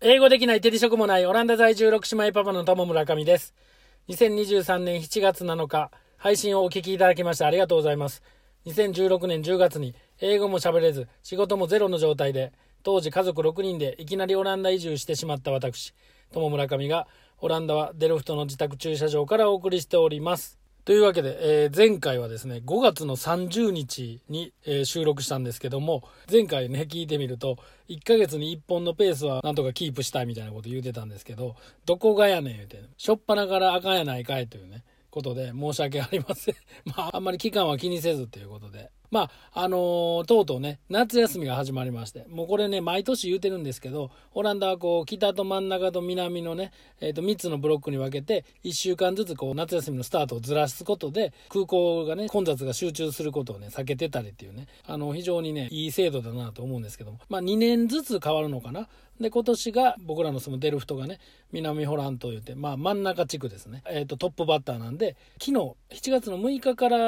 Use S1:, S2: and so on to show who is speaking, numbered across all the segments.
S1: 英語できない手に職もないオランダ在住6姉妹パパの友村上です。2023年7月7日、配信をお聞きいただきましてありがとうございます。2016年10月に英語も喋れず、仕事もゼロの状態で、当時家族6人でいきなりオランダ移住してしまった私、友村上が、オランダはデルフトの自宅駐車場からお送りしております。というわけで、えー前回はですね、5月の30日に、えー収録したんですけども、前回ね、聞いてみると、1ヶ月に1本のペースはなんとかキープしたいみたいなこと言うてたんですけど、どこがやねん言うて、しょっぱなからあかんやないかいというね、ことで申し訳ありません。 まあ、あんまり期間は気にせずということで。まあ、あのーとうとうね、夏休みが始まりまして、もうこれね、毎年言うてるんですけど、オランダはこう、北と真ん中と南のね、えっ、と、3つのブロックに分けて、1週間ずつこう、夏休みのスタートをずらすことで、空港がね、混雑が集中することをね、避けてたりっていうね、あの、非常にね、いい制度だなと思うんですけども、まあ、2年ずつ変わるのかな。で、今年が僕らのそのデルフトがね、南ホランと言って、まあ真ん中地区ですね。えっ、と、トップバッターなんで、昨日、7月の6日から、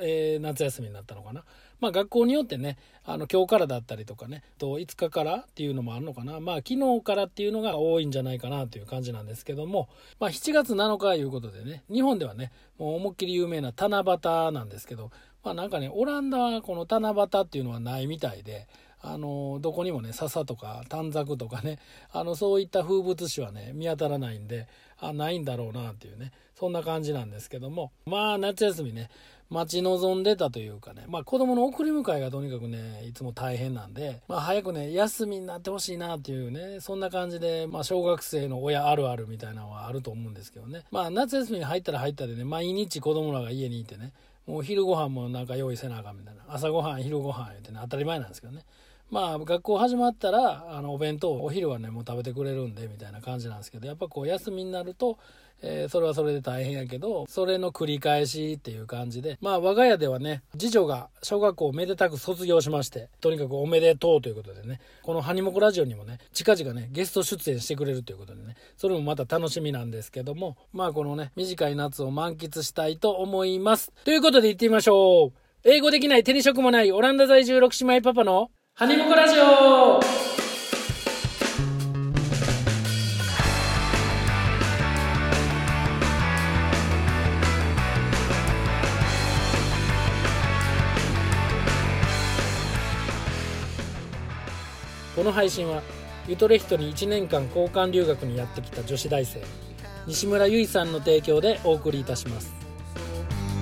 S1: えー夏休みになったのかな。まあ学校によってね、あの、今日からだったりとかね、と5日からっていうのもあるのかな。まあ昨日からっていうのが多いんじゃないかなという感じなんですけども、まあ7月7日いうことでね、日本ではね、もう思いっきり有名な七夕なんですけど、まあなんかね、オランダはこの七夕っていうのはないみたいで、あのどこにもね笹とか短冊とかねあのそういった風物詩はね見当たらないんであないんだろうなっていうねそんな感じなんですけどもまあ夏休みね待ち望んでたというかねまあ子供の送り迎えがとにかくねいつも大変なんで、まあ、早くね休みになってほしいなっていうねそんな感じで、まあ、小学生の親あるあるみたいなのはあると思うんですけどねまあ夏休みに入ったら入ったでね毎日子供らが家にいてねもう昼ご飯もなんか用意せなあかんみたいな朝ごはん昼ごはん言ってね当たり前なんですけどねまあ学校始まったらあのお弁当お昼はねもう食べてくれるんでみたいな感じなんですけどやっぱこう休みになると、えーそれはそれで大変やけどそれの繰り返しっていう感じでまあ我が家ではね次女が小学校をめでたく卒業しましてとにかくおめでとうということでねこの「ハニモコラジオ」にもね近々ねゲスト出演してくれるということでねそれもまた楽しみなんですけどもまあこのね短い夏を満喫したいと思いますということで行ってみましょう英語できない手に職もないオランダ在住6姉妹パパのハニモコラジオこの配信はユトレヒトに1年間交換留学にやってきた女子大生西村由衣さんの提供でお送りいたします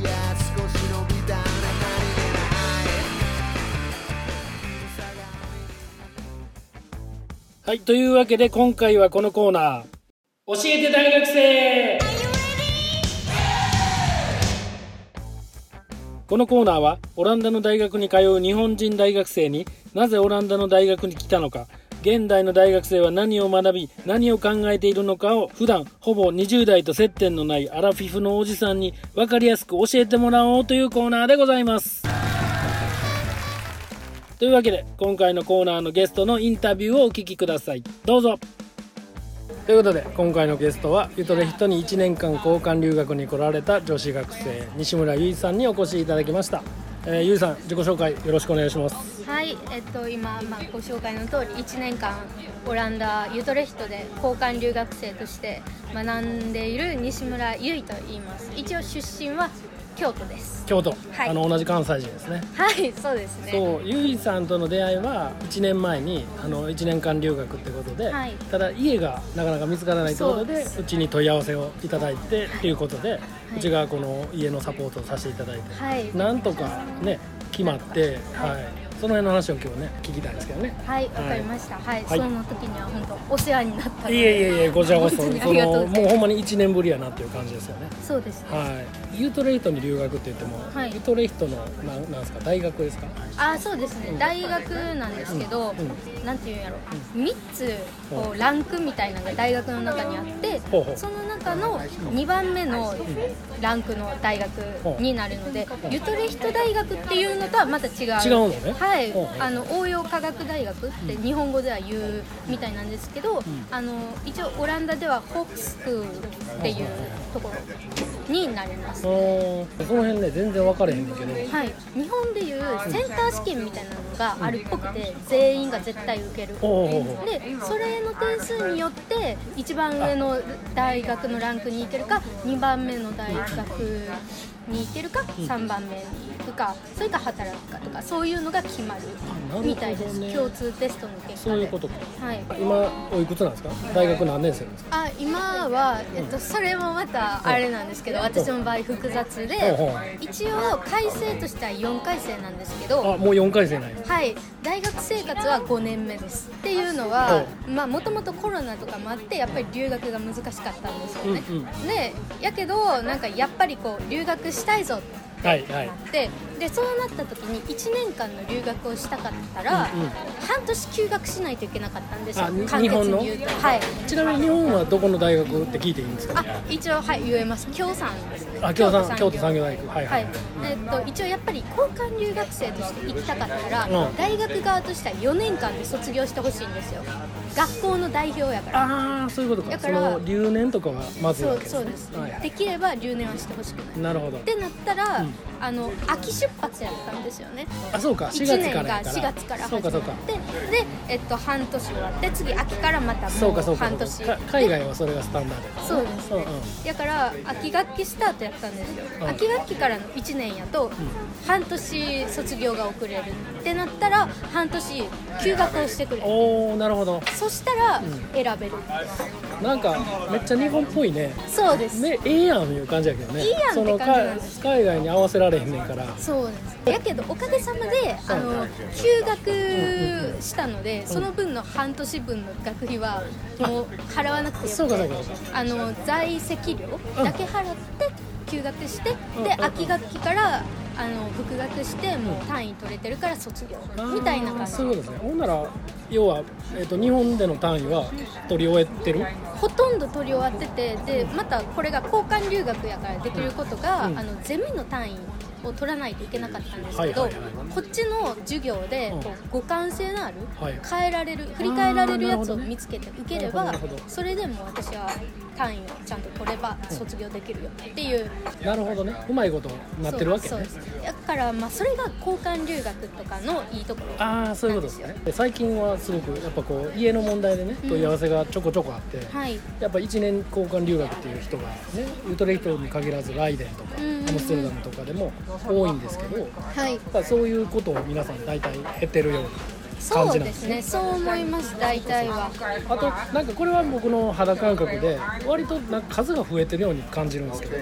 S2: いや少し伸びたね
S1: はいというわけで今回はこのコーナー教えて大学生このコーナーはオランダの大学に通う日本人大学生になぜオランダの大学に来たのか現代の大学生は何を学び何を考えているのかを普段ほぼ20代と接点のないアラフィフのおじさんに分かりやすく教えてもらおうというコーナーでございます。というわけで今回のコーナーのゲストのインタビューをお聞きくださいどうぞということで今回のゲストはゆとレヒトに1年間交換留学に来られた女子学生西村ゆいさんにお越しいただきました、えー、ゆいさん自己紹介よろしくお願いします
S3: はい、えっと、今、まあ、ご紹介の通り1年間オランダユトレヒトで交換留学生として学んでいる西村ゆいと言います一応出身は京都です
S1: 京都、
S3: はい
S1: あの同じ関西人ですね
S3: はいそうですね
S1: そうゆいさんとの出会いは1年前にあの1年間留学ってことで、
S3: はい
S1: ただ家がなかなか見つからないということで
S3: そう
S1: うちに問い合わせをいただいてということで、うちがこの家のサポートをさせていただいて、
S3: はい
S1: なんとかね決まって、はいその辺の話を今日ね聞きたいんですけどね。
S3: はいわかりましたはい、
S1: はい
S3: その時には本当お世話になったの
S1: い
S3: で
S1: えいえいえこちらこそ
S3: 本当にあ
S1: そ
S3: りがとう
S1: の
S3: ござい
S1: もう
S3: ます
S1: ほんまに1年ぶりやなっていう感じですよね。
S3: そうですね、
S1: はい、ユートレヒトに留学って言っても、
S3: はい
S1: ユートレヒトのなんなんですか大学ですか
S3: あそうですね大学なんですけど、
S1: う
S3: なんていうんやろ、3つこうランクみたいなのが大学の中にあって
S1: ほうほう
S3: その中の2番目のランクの大学になるので、ゆとりヒト大学っていうのとはまた違う
S1: 違うのね
S3: はい
S1: ほうほう
S3: あの応用科学大学って日本語では言うみたいなんですけど、あの一応オランダではホープスクールっていうところになります
S1: あーその辺ね全然分かれへんねんけど、
S3: はい、日本でいうセンター試験みたいなのがあるっぽくて、全員が絶対受ける
S1: おうおうおう
S3: でそれの点数によって一番上の大学のランクに行けるか2番目の大学に行けるか3番目に行くかそれか働くかとかそういうのが決まる
S1: ほどね
S3: みたいです、共通テストの結果で
S1: そういうことか
S3: はい
S1: 今おいくつなんですか大学何年生なんですか
S3: あ今は、えっと、それもまたあれなんですけど私の場合複雑で
S1: ほうほう
S3: 一応改正としては4回生なんですけど
S1: あもう4回生なんや
S3: はい、大学生活は5年目ですっていうのはもともとコロナとかもあってやっぱり留学が難しかったんですよね、
S1: うんうん
S3: でやけどなんかやっぱりこう留学したいぞっ
S1: はいはい
S3: てでそうなった時に1年間の留学をしたかったら、
S1: うんうん
S3: 半年休学しないといけなかったんですよ
S1: あに
S3: 簡潔に言う
S1: 日
S3: とはい
S1: ちなみに日本はどこの大学って聞いていいんですか
S3: あ一応はい言えます共産ですね
S1: あ京都産京都産業大学はいは
S3: はいいえっと、一応やっぱり交換留学生として行きたかったら、
S1: うん
S3: 大学側としては4年間で卒業してほしいんですよ学校の代表やから
S1: ああそういうことか
S3: だ
S1: そ
S3: から
S1: の留年とかはまずい
S3: そ
S1: わ
S3: う
S1: け
S3: そうです、
S1: はいは
S3: で
S1: い
S3: きれば留年はしてほしくないっ
S1: なるほど
S3: てなったら、
S1: うん
S3: あの秋出発やったんですよね
S1: あそうか4
S3: 1
S1: 月
S3: 年
S1: から
S3: が
S1: やから
S3: 4月から
S1: そ
S3: 始ま
S1: う
S3: っ
S1: かそうか
S3: てで、えっと、半年終わって次秋からまた
S1: そう
S3: も
S1: かそううか
S3: 半年
S1: そうかか海外はそれがスタンダードだ
S3: そうです
S1: うん
S3: ね、だから秋学期スタートやったんですよ、
S1: うん
S3: 秋学期からの1年やと半年卒業が遅れるってなったら半年休学をしてくれる
S1: おおなるほど
S3: そしたら選べる、
S1: なんかめっちゃ日本っぽいね
S3: そうです、
S1: ねええやんいう感じやけどね
S3: いいやんって
S1: その
S3: 感じなんです
S1: か海外に合わせられへんねんから
S3: そうですやけどおかげさまであの休学したのでその分の半年分の学費はもう払わなくてよ
S1: そう
S3: く
S1: かそう
S3: て
S1: か
S3: あの在籍料だけ払って休学して
S1: うん
S3: で秋学期からあの復学してもう単位取れてるから卒業みたいな
S1: あーそう
S3: 感
S1: い
S3: じ
S1: うことですねほんなら要は、えっと日本での単位は取り終えてる
S3: ほとんど取り終わっててでまたこれが交換留学やからできることが、あのゼミの単位を取らないといけなかったんですけど、
S1: はいはいは
S3: こっちの授業でこう互換性のある、
S1: はい
S3: 変えられる振り返られるやつ
S1: あーなるほど
S3: を
S1: ね
S3: 見つけて受ければ、
S1: なるほどなるほど
S3: それでも私は単位をちゃんと取れば卒業できるよっていう
S1: なるほどねうまいことなってるわけ
S3: そう
S1: ね
S3: ですそうですだから、まあ、それが交換留学とかのいいところ
S1: ああそういうことですねで最近はすごくやっぱこう家の問題でね
S3: うん
S1: 問い合わせがちょこちょこあって、
S3: はい
S1: やっぱ1年交換留学っていう人がねウトレヒトに限らずライデンとか
S3: うんうんうん
S1: アムステルダムとかでも多いんですけどやっ
S3: はい
S1: ぱそういうことを皆さん大体減ってるような感じ
S3: そう
S1: なん
S3: で
S1: です
S3: す
S1: ね
S3: ねそう思います大体は
S1: あとなんかこれは僕の肌感覚で割となんか数が増えてるように感じるんですけど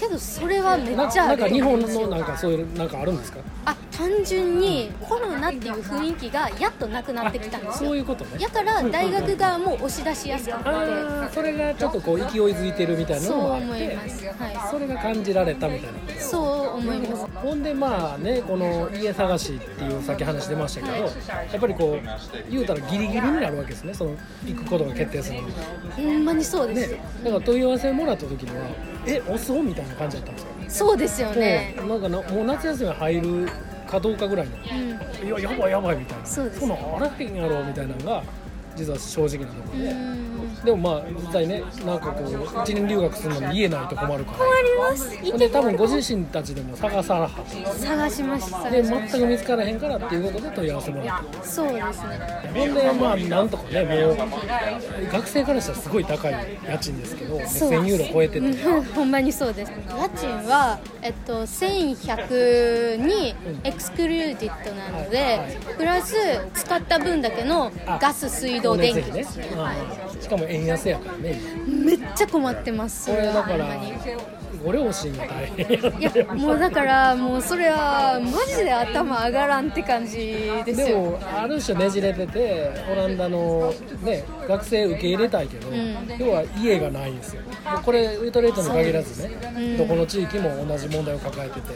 S3: けどそれはめっ
S1: な
S3: ちゃ
S1: な
S3: あ
S1: んか
S3: る
S1: 日本のなんかそういうなんかあるんですか
S3: あ単純にコロナっていう雰囲気がやっとなくなってきたんです
S1: そ
S3: よ
S1: ういうことね
S3: やから大学側も押し出しやすくなっ
S1: あ
S3: て
S1: ーそれがちょっとこう勢いづいてるみたいな
S3: そ
S1: の
S3: う
S1: もあっ
S3: 思い
S1: て
S3: ますはい
S1: それが感じられたみたいな
S3: そう思います
S1: ほんでまあねこの家探しっていうさっき話出ましたけど、
S3: はい
S1: やっぱりこう言うたらギリギリになるわけですねその行くことが決定するのに
S3: ほんまにそうです、
S1: ねだから問い合わせもらった時にはえ押すみたいな感じだったんですよ
S3: そうですよね
S1: もうなんかなもう夏休み入るかどうかぐらいの
S3: うん
S1: いややばいやばいみたいな
S3: そうです
S1: んなんあらへんやろみたいなのが実は正直なところで、
S3: うん
S1: でもまあ実際ねなんかこう1年留学するのに家ないと困るから
S3: 困ります行
S1: ほ
S3: っ
S1: んで
S3: て
S1: 多分ご自身たちでも探さなは
S3: 探しました
S1: で全く見つからへんからっていうことで問い合わせもらっ
S3: そうですね
S1: たほんでまあなんとかねもう学生からしたらすごい高い家賃ですけど1000ユーロ超えてて、
S3: うんほんまにそうです家賃は、えっと、1100にエクスクルーディットなのでプラス使った分だけのガス水道電気
S1: 光
S3: で
S1: 熱
S3: す
S1: 費ね、
S3: は
S1: うんしかも円安やからね
S3: い、めっちゃ困ってます
S1: こ
S3: そ
S1: れ
S3: れ
S1: だ
S3: は
S1: か
S3: ほんま
S1: ら
S3: に
S1: ご両親が大変や
S3: いやもうだからもうそれはマジで頭上がらんって感じです
S1: で
S3: よ
S1: もある種ねじれててオランダの、ね、学生受け入れたいけど、要は家がないんですよこれウィトレートに限らずね、
S3: うん
S1: どこの地域も同じ問題を抱えてて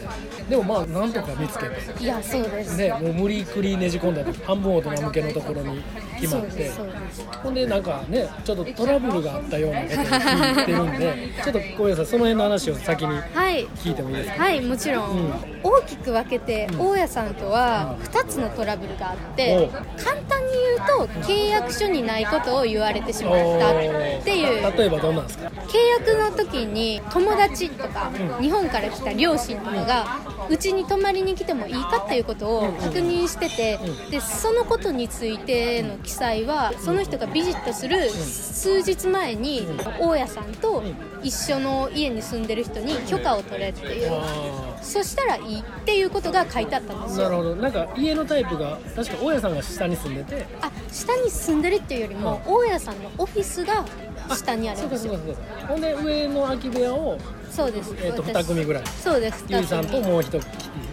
S1: でもまあなんとか見つけて。
S3: いやそうです
S1: ね、もう無理くりねじ込んだ半分大人向けのところに決まっ
S3: そうで
S1: て
S3: すそうです
S1: ほんでなんかねちょっとトラブルがあったようなことを聞いてるんでちょっとごめんなさいその辺の話を先に
S3: はい
S1: 聞いてもいいですか
S3: はいもちろん、
S1: うん
S3: 大きく分けて大家さんとは2つのトラブルがあっ
S1: お
S3: て簡単に言うと契約書にないことを言われてしまったっていう
S1: 例えばどんなんですか
S3: 契約の時に友達とか日本から来た両親とかがうちに泊まりに来てもいいかっていうことを確認しててでそのことについての記載はその人がビジットする数日前に大家さんと一緒の家に住んでる人に許可を取れっていう
S1: あ
S3: そしたらいいっていうことが書いてあったんで
S1: ー
S3: す
S1: なる
S3: よ
S1: ほどなんか家のタイプが確か大家さんが下に住んでて
S3: あ下に住んでるっていうよりも大家さんのオフィスが下にある
S1: そ
S3: ん
S1: う
S3: で
S1: か
S3: す
S1: そう
S3: よ
S1: かそうかほんで上の空き部屋を
S3: そうです
S1: えーと
S3: 私
S1: 二組ぐらい
S3: そうです
S1: ゆいさんと
S3: 二組
S1: もう一人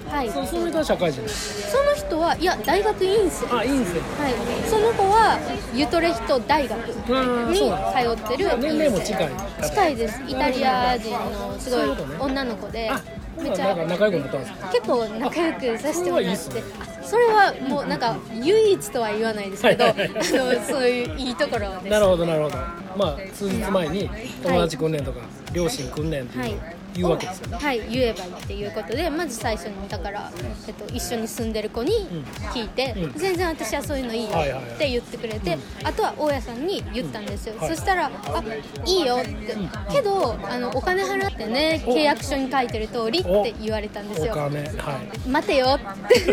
S3: はい
S1: そその人は社会人
S3: その人はいや大学院生
S1: あいいんですね
S3: はいその子はユトレヒト大学
S1: うん
S3: に
S1: そ
S3: 通
S1: うなんだ
S3: ってる院生
S1: 年齢も近い
S3: 近いですイタリア人のすご
S1: そ
S3: い
S1: ういうことね
S3: 女の子で
S1: あ
S3: め
S1: 今
S3: っち
S1: なん
S3: ゃ
S1: か仲良くなったんですか
S3: 結構仲良くさせてもら
S1: あ
S3: っ
S1: それはい
S3: て
S1: いっ
S3: あそれはもうなんか唯一とは言わないですけど
S1: は
S3: あ
S1: いはい
S3: のそういういいところです
S1: なるほどなるほどまあ数日前に友達来んねんとか、両親来んねんっていう,、
S3: はい
S1: 言うわけですよ
S3: はい言えばいいっていうことでまず最初にだから、えっと、一緒に住んでる子に聞いて、
S1: うん
S3: 全然私はそういうのいいよ
S1: はいはいはい
S3: って言ってくれて、あとは大家さんに言ったんですよ、
S1: はい
S3: そしたら「あいいよ」って、けどあのお金払ってね契約書に書いてる通りって言われたんです
S1: お
S3: よ
S1: 金はい
S3: 待てよって
S1: ちょ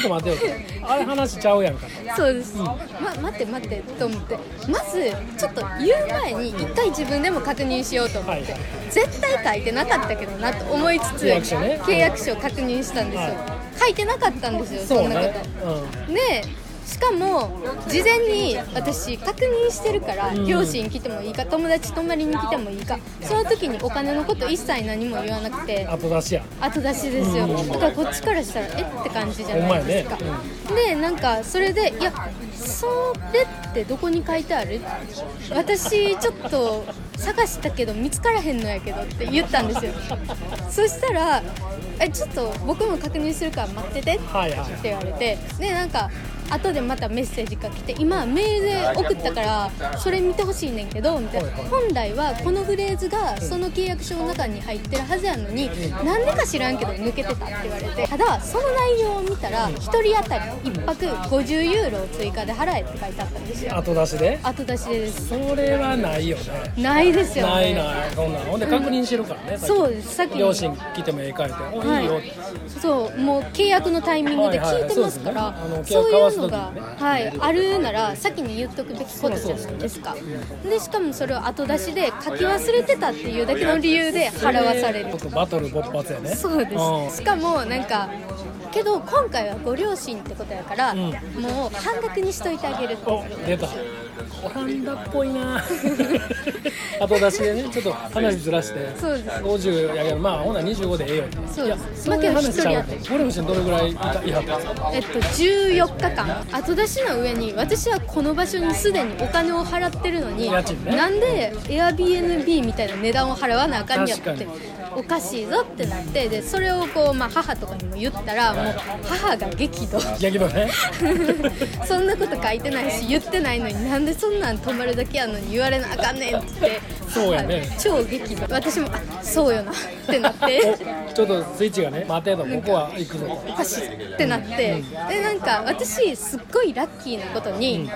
S1: っと待ってよあれ話ちゃうやんか
S3: そうです、ま、待って待ってと思ってまずちょっと言う前に一回自分でも確認しようと思って、
S1: はいはい
S3: 絶対書いてなかったけどなと思いつつ
S1: 契約書ね
S3: 契約書を確認したんですよ、
S1: は
S3: 書いてなかったんですよそ
S1: そうん
S3: な
S1: ね
S3: こ
S1: うん
S3: とでしかも事前に私確認してるから
S1: ん
S3: 両親来てもいいか友達泊まりに来てもいいかその時にお金のこと一切何も言わなくて
S1: 後出しや
S3: 後出しですよだからこっちからしたらえって感じじゃないですか、
S1: ほんまや
S3: でなんかそれで「いやそれってどこに書いてある?」私ちょっと探したけど見つからへんのやけど」って言ったんですよそしたら「えちょっと僕も確認するから待ってて」って
S1: はいはい
S3: 言われてでなんか後でまたメッセージが来て今メールで送ったからそれ見てほしいねんけどみたいな本来はこのフレーズがその契約書の中に入ってるはずやのになんでか知らんけど抜けてたって言われてただその内容を見たら1人当たり1泊50ユーロを追加で払えって書いてあったんですよ
S1: 後出しで
S3: 後出しです
S1: それはないよね
S3: ないですよね
S1: ないないこんなんほんで確認してるからね、さっき
S3: そうですさっき
S1: 両親来てもええかいって「お
S3: はい
S1: いよ」
S3: そうもう契約のタイミングで聞いてますから、
S1: はいはい
S3: そ
S1: そううですねあの契約交
S3: い
S1: わ
S3: う
S1: す
S3: の
S1: 時
S3: が、
S1: にね
S3: はい、あるなら先に言っとくべきことじゃないですかでしかもそれを後出しで書き忘れてたっていうだけの理由で払わされる
S1: ちょっとバトル勃発やね
S3: そうですし
S1: ん
S3: かもなんかけど今回はご両親ってことやから、
S1: ん
S3: もう半額にしといてあげるって
S1: お出たオランダっぽい な後出しでねちょっと話ずらして
S3: そうです
S1: 50やけどまあほな25でええよって
S3: そうです
S1: そういう
S3: まあけど
S1: 話
S3: 一
S1: しち
S3: 人
S1: ゃ
S3: や
S1: う
S3: って
S1: ゴルフしてどれぐらいいたいはった んですか
S3: えっと、14日間後出しの上に私はこの場所にすでにお金を払ってるのに、
S1: 家賃ね
S3: なんで Airbnb みたいな値段を払わなあかんやっ
S1: 確
S3: て
S1: か
S3: おかしいぞってなってでそれをこう、まあ、母とかにも言ったらもう母が激怒
S1: やけどね
S3: そんなこと書いてないし言ってないのになんでそんなん泊まるだけやのに言われなあかんねんって
S1: そうやね
S3: 母が超激怒私もあそうよなってなって。
S1: おちょっとスイッチがね待てとここは行くぞ
S3: おかしいってなって、でなんか私すっごいラッキーなことに、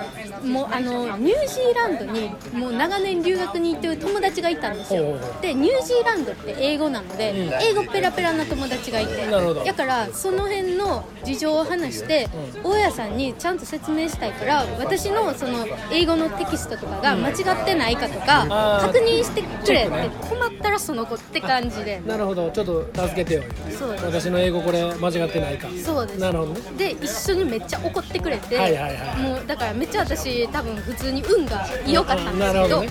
S3: もうあのニュージーランドにもう長年留学に行ってる友達がいたんですよ
S1: ほうほうほ
S3: でニュージーランドって英語なので、
S1: ん
S3: 英語ペラペラな友達がいて
S1: なるほど
S3: だからその辺の事情を話して、大家さんにちゃんと説明したいから私のその英語のテキストとかが間違ってないかとか、
S1: あー
S3: 確認してくれって、
S1: チェッ
S3: 困ったらその子って感じで。
S1: なるほどちょっと助けてよ
S3: そうです
S1: 私の英語これ間違ってないか
S3: そうです
S1: なるほどね
S3: で一緒にめっちゃ怒ってくれて、
S1: はいはいはい
S3: もうだからめっちゃ私多分普通に運が良かったんですけ
S1: な
S3: ど
S1: るほどね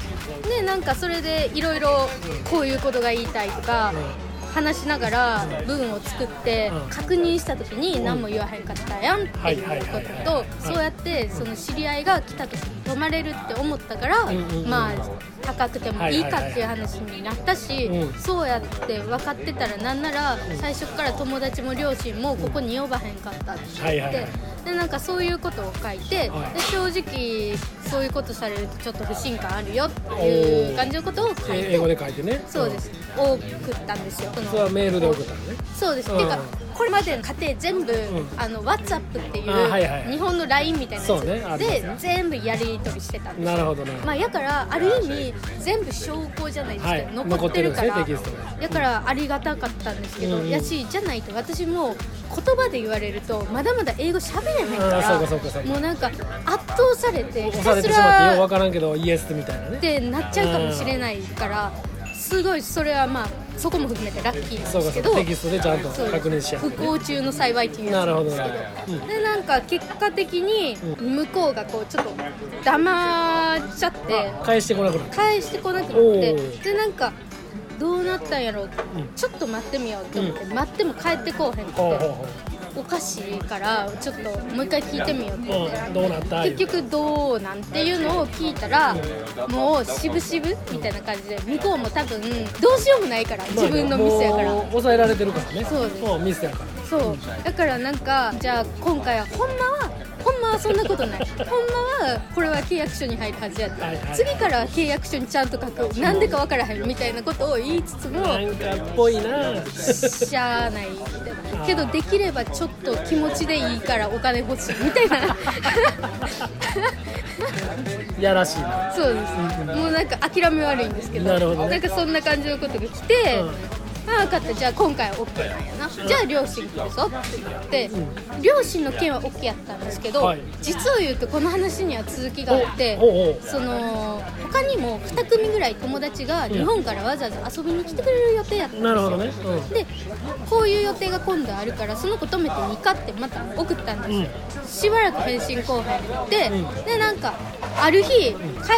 S3: でなんかそれでいろいろこういうことが言いたいとか、話しながら文を作って
S1: うん
S3: 確認した時に何も言わへんかったやんっていうことと、
S1: はいはいはいはい
S3: そうやってその知り合いが来た時泊まれるって思ったから、
S1: うんうんうん
S3: まあ高くてもいいかっていう話になったし、
S1: うん
S3: そうやって分かってたらなんなら最初から友達も両親もここに呼ばへんかったって言って、
S1: はいはいはい
S3: でなんかそういうことを書いて、
S1: はい
S3: で正直そういうことされるとちょっと不信感あるよっていう感じのことを書い
S1: え
S3: て
S1: 英語で書いてね
S3: そうです送ったんですよその
S1: それはメールで送ったのね
S3: そうです、
S1: うん
S3: ていうかこれまでの過程全部、あの WhatsApp っていう、
S1: あはいはい
S3: 日本の LINE みたいな
S1: そうねあ
S3: やつ
S1: り
S3: で、
S1: ます
S3: 全部やり取りしてたんです
S1: な
S3: よ
S1: るほどね、
S3: まあやからある意味全部証拠じゃないですけど、
S1: はい
S3: 残ってるから
S1: 残ってるんですねテキストが
S3: やからありがたかったんですけど、
S1: うん
S3: やしじゃないと私も言葉で言われるとまだまだ英語喋れないか
S1: あーそうかそうからそうか
S3: もうなんか圧倒されてひ
S1: 押さ
S3: た
S1: れ
S3: す
S1: てしまってよう
S3: ら
S1: 分からんけどイエスみたいな
S3: っ
S1: ね
S3: てなっちゃうかもしれないからすごいそれはまあそこも含めてラッキーなん
S1: そう
S3: で
S1: かそ
S3: すけ
S1: うか
S3: ど
S1: テキストでちゃんと
S3: そう
S1: 確認しや
S3: 不幸中の幸いっていうやつ
S1: なる
S3: な
S1: ほ
S3: んで
S1: ど
S3: すけ
S1: な
S3: ど
S1: るほど
S3: でなんか結果的に向こうがこうちょっと黙っちゃって
S1: 返してこなくなる
S3: 返してこなくなって
S1: おー
S3: でなんかどうなったんやろう
S1: うん
S3: ちょっと待ってみようって思って待っても帰ってこうへんく
S1: ほうほう
S3: て
S1: ほ
S3: おかしいからちょっともう一回聞いてみようって言って
S1: う、うん、どうなった
S3: 結局どうなんていうのを聞いたらもう渋々みたいな感じで向こうも多分どうしようもないか
S1: ま
S3: ら
S1: あ
S3: 自
S1: ね
S3: 分の店やから、
S1: もう抑えられてるからね
S3: そうです
S1: ん店やから
S3: そうだからなんかじゃあ今回はほんまはほんまはそんなこ とないほんまはこれは契約書に入るはずやって、
S1: はいはい
S3: 次からは契約書にちゃんと書くなんでかわからへんみたいなことを言いつつも
S1: なんかっぽいな
S3: しゃ あないみたいなけどできればちょっと気持ちでいいからお金欲しいみたい な
S1: やらしいな
S3: そうです、もうなんか諦め悪いんですけど
S1: なるほどね
S3: んかそんな感じのことが来て、
S1: うん
S3: ああ分かったじゃあ今回は OK なんやなじゃあ両親来るぞって言って、両親の件は OK やったんですけど、
S1: はい
S3: 実を言うとこの話には続きがあって
S1: ほうほう
S3: その他にも2組ぐらい友達が日本からわざわざ遊びに来てくれる予定やったんです
S1: な
S3: よ
S1: るほどね、うん
S3: でこういう予定が今度あるからその子止めて2かってまた送ったんですよ、しばらく返信後輩で、
S1: うん
S3: でなんかある日帰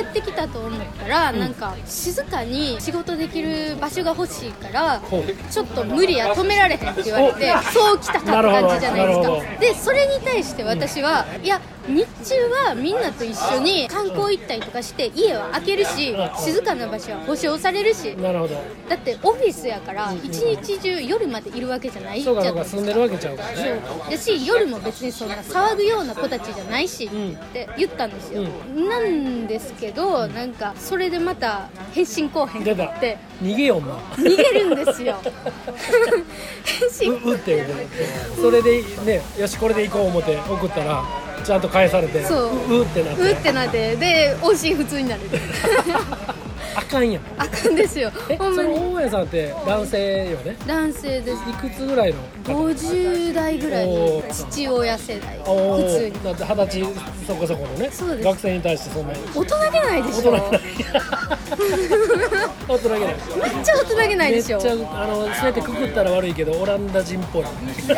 S3: ってきたと思ったら、なんか静かに仕事できる場所が欲しいから、
S1: ほう
S3: ちょっと無理や止められへんって言われて
S1: お
S3: そうきたかって感じじゃないです
S1: なるほ
S3: か
S1: ど
S3: でそれに対して私は、いや日中はみんなと一緒に観光行ったりとかして家は空けるし静かな場所は保証されるし
S1: なるほど
S3: だってオフィスやから一日中夜までいるわけじゃない
S1: そうか
S3: じ
S1: そ
S3: ゃ
S1: う
S3: な
S1: か
S3: いです
S1: 住んでるわけちゃうからね
S3: そうだし夜も別にそんな騒ぐような子たちじゃないし、
S1: ん
S3: って言ったんですよ、なんですけどなんかそれでまた返信こうへん
S1: 出
S3: く
S1: た
S3: って
S1: 逃げよお前
S3: 逃げる んですよ返信
S1: ううって言うてそれでねよしこれで行こう思って送ったらちゃんと返されて
S3: そう
S1: ううってなっ
S3: う
S1: て
S3: ってなってで音信不通に なる
S1: あかんやん
S3: あかんですよ
S1: え
S3: ほん
S1: そ
S3: ま
S1: の
S3: に
S1: 大家さんって男性よね
S3: 男性です
S1: いくつぐらいの
S3: 50代ぐらい
S1: お
S3: の
S1: ー
S3: 父親世代
S1: おお
S3: 普通に
S1: だって二十歳そこそこのね
S3: そうです
S1: 学生に対してそんな
S3: 大人げないで
S1: 大
S3: し
S1: 人
S3: ょ
S1: げない大人げない
S3: めっちゃ大人げな
S1: め
S3: いで
S1: っち
S3: し
S1: ゃ
S3: ょ
S1: あのそうやってくくったら悪いけどオランダ人っぽい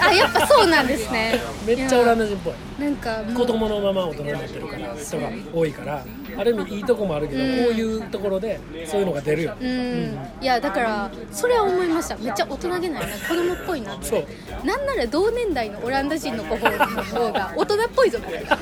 S3: あやっぱそうなんですね
S1: めっちゃオラン
S3: い
S1: ダ人っぽい
S3: やなんかも
S1: 子
S3: う
S1: 供のまま大人になってるから人が多いからある意味いいとこもあるけど、こういうところでそういうのが出るよ、
S3: うんいやだからそれは思いましためっちゃ大人げないな子供っぽいなって
S1: そう
S3: なんなら同年代のオランダ人の子の方が大人っぽいぞみたいな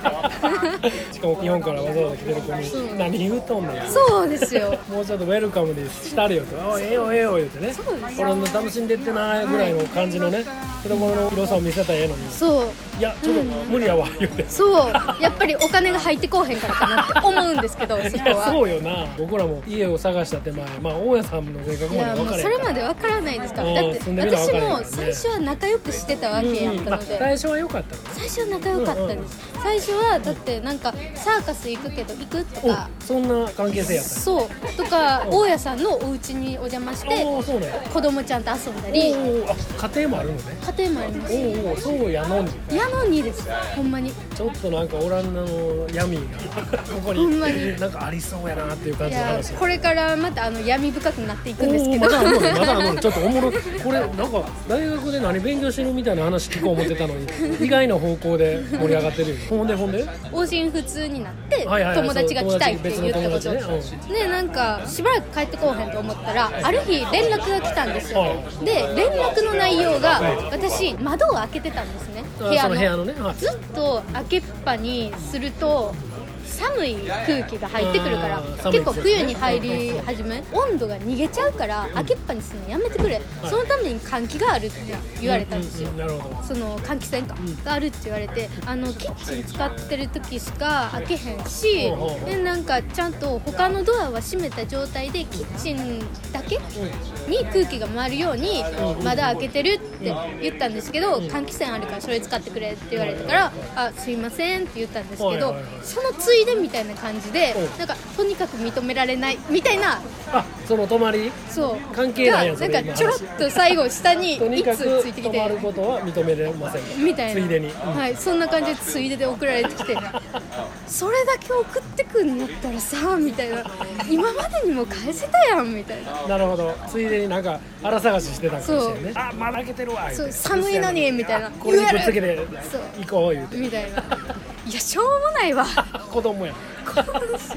S1: しかも日本からわざわざ来てる子に何言うとんねん
S3: そうですよ
S1: もうちょっとウェルカムにしたれよと「あええよええよ」言うてね
S3: そうです
S1: これ楽しんでってなぐらいの感じのね子供の広さを見せたらええのに
S3: そう
S1: いやちょっと無理やわ言うて
S3: そうやっぱりお金が入ってこうへんからかなって 思うんですけどそ
S1: い
S3: こ
S1: や
S3: は
S1: そうよな僕らも家を探した手前まあ大家さんの性格
S3: い
S1: まで
S3: や
S1: 分
S3: も
S1: か
S3: う
S1: れへん
S3: それまでわからないですから
S1: うん
S3: だって
S1: 住んでみればわ
S3: 私
S1: かるよね
S3: も最初は仲良くしてたわけやったの
S1: うん
S3: で
S1: 最初は良かったの
S3: 最初は仲良かったんです最初はだってなんかサーカス行くけど行くとか
S1: おそんな関係性やったんや
S3: そうとか大家さんのお家にお邪魔して
S1: おおそうなんや
S3: 子供ちゃんと遊んだ
S1: お
S3: り
S1: ーあ家庭もあるのね
S3: 家庭もあります
S1: おうおうそうやのに
S3: やのにですほんまに
S1: ちょっとなんかオランダの闇 がここに
S3: ほんまに
S1: なんかありそうやなっていう感
S3: い
S1: じの
S3: や
S1: 話
S3: これからまたあの闇深くなっていくんですけ
S1: おうおうま
S3: ど
S1: だあるのねまだあるのねちょっとおもろこれなんか大学で何勉強してるみたいな話聞こう思ってたのに意外な方向で盛り上がってるよほんでほんで
S3: 往診普通になって
S1: はいはいはい
S3: 友達が来たいって言った
S1: そ
S3: こ
S1: う友達別の友達ね
S3: とでなんかしばらく帰ってこうへんと思ったらある日連絡が来たんですよ
S1: はい
S3: で連絡の内容が
S1: はい
S3: 私窓を開けてたんですね
S1: あその部屋のねはい
S3: ずっと開けっぱにすると寒い空気が入ってくるから
S1: うん
S3: 結構冬に入り始め温度が逃げちゃうから開けっぱにするのやめてくれそのために換気があるって言われたんですよ
S1: ううなるほど
S3: その換気扇か
S1: うん
S3: があるって言われてあのキッチン使ってる時しか開けへんし
S1: ほうほうほう
S3: でなんかちゃんと他のドアは閉めた状態でキッチンだけに空気が回るようにまだ開けてるって言ったんですけど換気扇あるからそれ使ってくれって言われたから「あすいません」って言ったんです
S1: は
S3: け
S1: いはい
S3: ど
S1: はい
S3: そのついでみたいな感じで
S1: お
S3: なんかとにかく認められないみたいな
S1: あその泊まり
S3: そう
S1: 関係ないやつ
S3: が
S1: ね
S3: なんかちょろっと最後下に
S1: とに
S3: 一
S1: か
S3: 通
S1: く
S3: ついてき
S1: 泊
S3: て
S1: ま。ることは認められません
S3: みたいな
S1: ついでに、うん
S3: はいそんな感じでついでで送られてきてそれだけ送ってくんだったらさみたいな今までにも返せたやんみたいな
S1: なるほどついでになんかあら探ししてたかもしれんねあまだ開けてるわ言
S3: そう
S1: て
S3: 寒いのにみたいな
S1: これにくっつけて
S3: そう
S1: 行こう言うて
S3: みたいないやしょうもないわ
S1: 子供や
S3: こ うですよ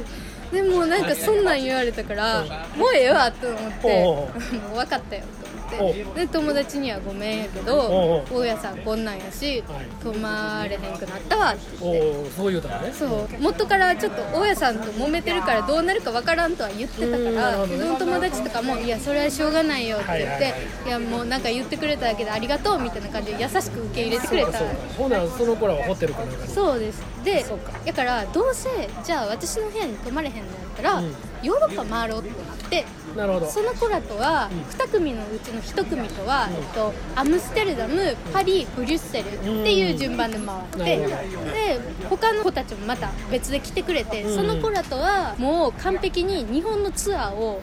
S3: でもなんかそんなん言われたからもうええわと思って
S1: おうおう
S3: もう分かったよと思ってで友達にはごめんやけ
S1: お
S3: ど
S1: う
S3: 大家さんこんなんやし
S1: はい
S3: 泊まれへんくなったわって
S1: お
S3: 言って
S1: おそう言うたらね
S3: そう元からちょっと大家さんと揉めてるからどうなるかわからんとは言ってた
S1: うん
S3: か
S1: なる
S3: ら
S1: ほど
S3: 自
S1: ね
S3: 分の友達とかも「いやそれはしょうがないよ」って言って「
S1: はいいはいはい
S3: やもうなんか言ってくれただけでありがとう」みたいな感じで優しく受け入れてくれた
S1: そうかほなその子らはホテルかなんかに
S3: そうですで
S1: そうか
S3: だからどうせじゃあ私の部屋に泊まれへんのやったら、
S1: うん
S3: ヨーロッパ回ろうってなって
S1: なるほど
S3: その子らとは2組のうちの1組とは、えっと、アムステルダムパリブリュッセルっていう順番で回って
S1: うん
S3: で他の子たちもまた別で来てくれてその子らとはもう完璧に日本のツアーを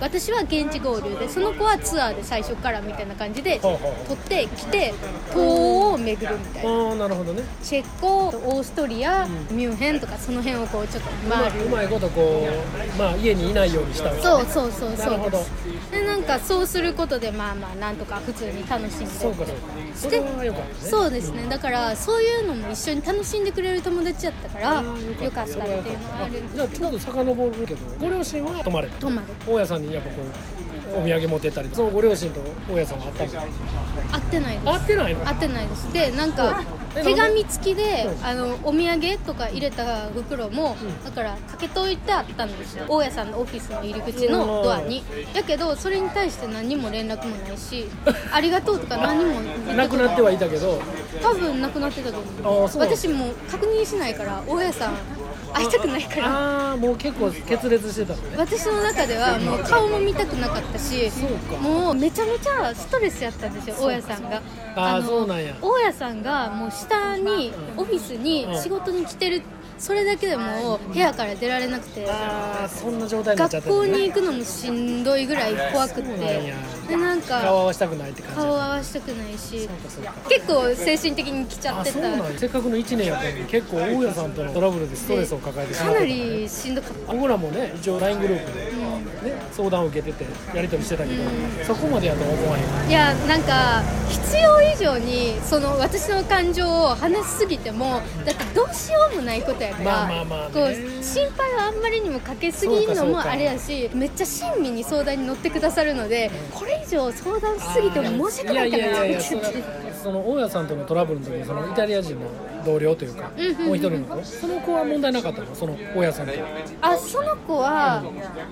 S3: 私は現地合流でその子はツアーで最初からみたいな感じで
S1: ほうほう
S3: 取ってきて東欧を巡るみたいな
S1: ああなるほどね
S3: チェコオーストリアミュンヘンとかその辺をこうちょっと
S1: うま
S3: 回
S1: い
S3: る
S1: うまいことこうまあ家にいないようにしたわけ
S3: そうそうそう
S1: な
S3: そ
S1: る
S3: う
S1: ほ
S3: で
S1: ど
S3: すでなんかそうすることでまあまあなんとか普通に楽しんで
S1: そうかそうかそれはよかったね
S3: そうですねだからそういうのも一緒に楽しんでくれる友達やったからよかったっていうのがある
S1: じゃあちょっと遡るけどご両親は泊まれた
S3: 泊まる
S1: 大家さんにやっぱこうお土産持ってったりそのご両親と大家さんは会ったり
S3: 会ってないです
S1: 会ってないの
S3: 会ってないですでなんか
S1: え
S3: 手紙付きで
S1: うん
S3: あのお土産とか入れた袋もだからかけといてあったんですよ大家さんのオフィスの入り口のドアにだけどそれに対して何にも連絡もないしありがとうとか何にも言こと
S1: なくなってはいたけど
S3: 多分なくなってたと思
S1: あ
S3: う
S1: ーそうなんだ
S3: 私もう確認しないから大家さん会いたくないから
S1: ああもう結構決裂してたのね
S3: 私の中ではもう顔も見たくなかったしもうめちゃめちゃストレスやったんですよ大家さんが
S1: あー
S3: の
S1: そうなんや
S3: 大家さんがもう下にオフィスに
S1: うん
S3: 仕事に来てるそれだけでもう部屋から出られなくて
S1: ああそんな状態になっちゃっ
S3: 学
S1: たの
S3: 校
S1: ね
S3: に行くのもしんどいぐらい怖くて
S1: そうなんや
S3: でなん
S1: 顔合
S3: か
S1: わせたくないって感じ
S3: 顔合わせたくないし
S1: そうかそうか
S3: 結構精神的に来ちゃっ
S1: あ
S3: て
S1: そう
S3: た
S1: なんやせっかくの1年やったのに結構大家さんとのトラブルでストレスを抱えてしま
S3: か
S1: ったら
S3: なりしんどかった
S1: 僕らもね一応 LINE グループで、ね、相談を受けててやり取りしてたけど、そこまでやとは思わへん
S3: いやなんか必要以上にその私の感情を話しすぎてもだってどうしようもないことやから、
S1: まあまあまあね
S3: こう心配はあんまりにもかけすぎるの
S1: そう
S3: も
S1: かそうか
S3: あれやしめっちゃ親身に相談に乗ってくださるのでこれ以上相談しすぎても申し訳ないか
S1: やい
S3: な
S1: や
S3: っ
S1: いやいや
S3: て
S1: そ
S3: 言
S1: れ
S3: って
S1: その大家さんとのトラブルの時にそのイタリア人の同僚というか、
S3: うんうん
S1: もう一人の子その子は問題なかったのその大家さんと
S3: あその子は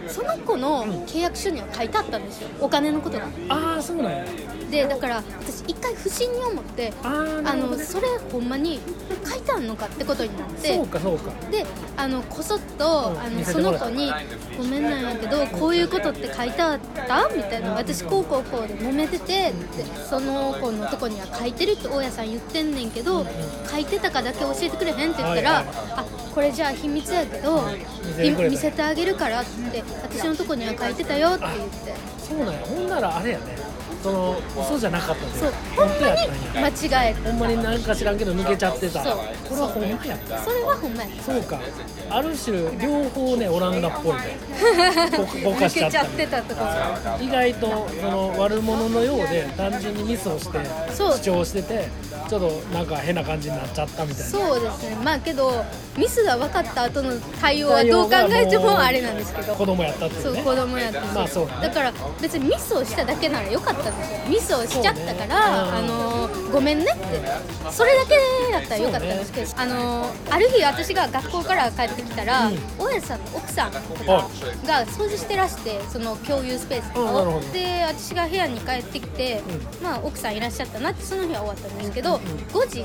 S3: その子の契約書には書いてあったんですよお金のことが
S1: ああそうなんや
S3: でだから私一回不審に思って
S1: あーな
S3: あ
S1: るほど
S3: のそれほんまに書いてあんのかってことになって
S1: そうかそうか
S3: であのこそっと、
S1: うん
S3: あ
S1: 見
S3: の
S1: せ
S3: そ
S1: ても
S3: の
S1: らった
S3: 子に「ごめんなんやけどこういうことって書いてあった?」みたいな「私こうこうこうで揉めてて」ってその子のとこには書いてるって大家さん言ってんねんけど書いてたかだけ教えてくれへんって言ったら
S1: はいはい
S3: 「あこれじゃあ秘密やけど
S1: 見せてくれた
S3: ひ見せてあげるから」って「私のとこには書いてたよ」って言って
S1: そうなんやほんならあれやねその嘘じゃなかったね
S3: そうほん
S1: 本当
S3: ま
S1: やっ
S3: に
S1: たんや
S3: 間違え
S1: ほんまになんか知らんけど抜けちゃってた
S3: そう
S1: これはほんまやった
S3: たそれはほんまやった
S1: そうかある種両方ねオランダっ ぽいねぼぼか
S3: 抜
S1: しちゃ
S3: け
S1: っ
S3: ちゃ
S1: た
S3: っ
S1: り
S3: てたとこ
S1: 意外とその悪者のようで単純にミスをして
S3: そう
S1: 主張しててちょっとなんか変な感じになっちゃったみたいな
S3: そうですねまあけどミスが分かった後の対応はどう考えてもあれなんですけど
S1: 子供やったってい
S3: そうう
S1: ね
S3: 子供やって
S1: まあそうだね
S3: だから別にミスをしただけならよかったんですよミスをしちゃったから、あ
S1: そうね
S3: のーごめんねってそれだけだったらよかったんですけど、あのーある日私が学校から帰ってってきたら、
S1: うん
S3: 大家さんの奥さんとか
S1: は
S3: が掃除してらしてその共有スペースと
S1: あ
S3: か
S1: なる
S3: を
S1: ほど
S3: で私が部屋に帰ってきて、まあ、奥さんいらっしゃったなってその日は終わったんですけど、後日
S1: う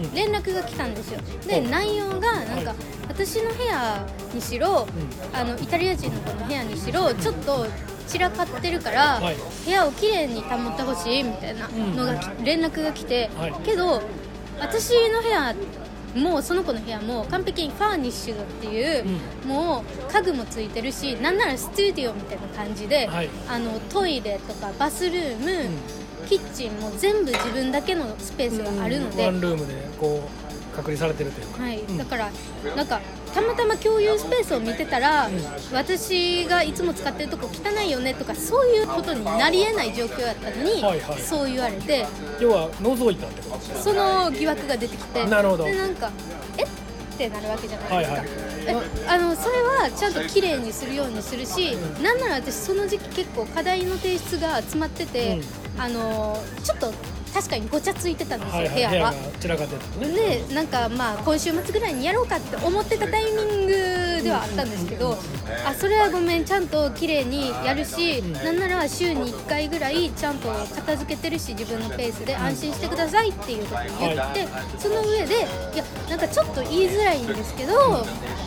S1: ん
S3: 連絡が来たんですよで
S1: うん
S3: 内容がなんか、
S1: はい
S3: 私の部屋にしろ、あのイタリア人の子の部屋にしろちょっと散らかってるから、
S1: はい
S3: 部屋をきれいに保ってほしいみたいなのがき、連絡が来て、
S1: はい
S3: けど私の部屋もその子の部屋も完璧にファーニッシュドっていう、もう家具もついてるしなんならスチューディオみたいな感じで、
S1: はい
S3: あのトイレとかバスルーム、キッチンも全部自分だけのスペースがあるので、
S1: ワンルームでこう隔離されてるというか、
S3: はい、
S1: ん
S3: だからなんかたまたま共有スペースを見てたら、私がいつも使ってるとこ汚いよねとかそういうことになりえない状況やったのに、
S1: はいはい
S3: そう言われて
S1: 要は覗いたってことです
S3: その疑惑が出てきて
S1: なるほど
S3: でなんかえってなるわけじゃない
S1: はい
S3: ですか、
S1: はい
S3: えあのそれはちゃんと綺麗にするようにするし、なんなら私その時期結構課題の提出が詰まってて、あのちょっと確かにごちゃついてたんですよ、
S1: はいはい、部
S3: 部
S1: 屋
S3: 屋
S1: が
S3: は。
S1: 散らかってたのね
S3: でなんかまあ今週末ぐらいにやろうかって思ってたタイミングではあったんですけどあそれはごめんちゃんと綺麗にやるしなんなら週に1回ぐらいちゃんと片付けてるし自分のペースで安心してくださいっていうことを言ってその上でいやなんかちょっと言いづらいんですけど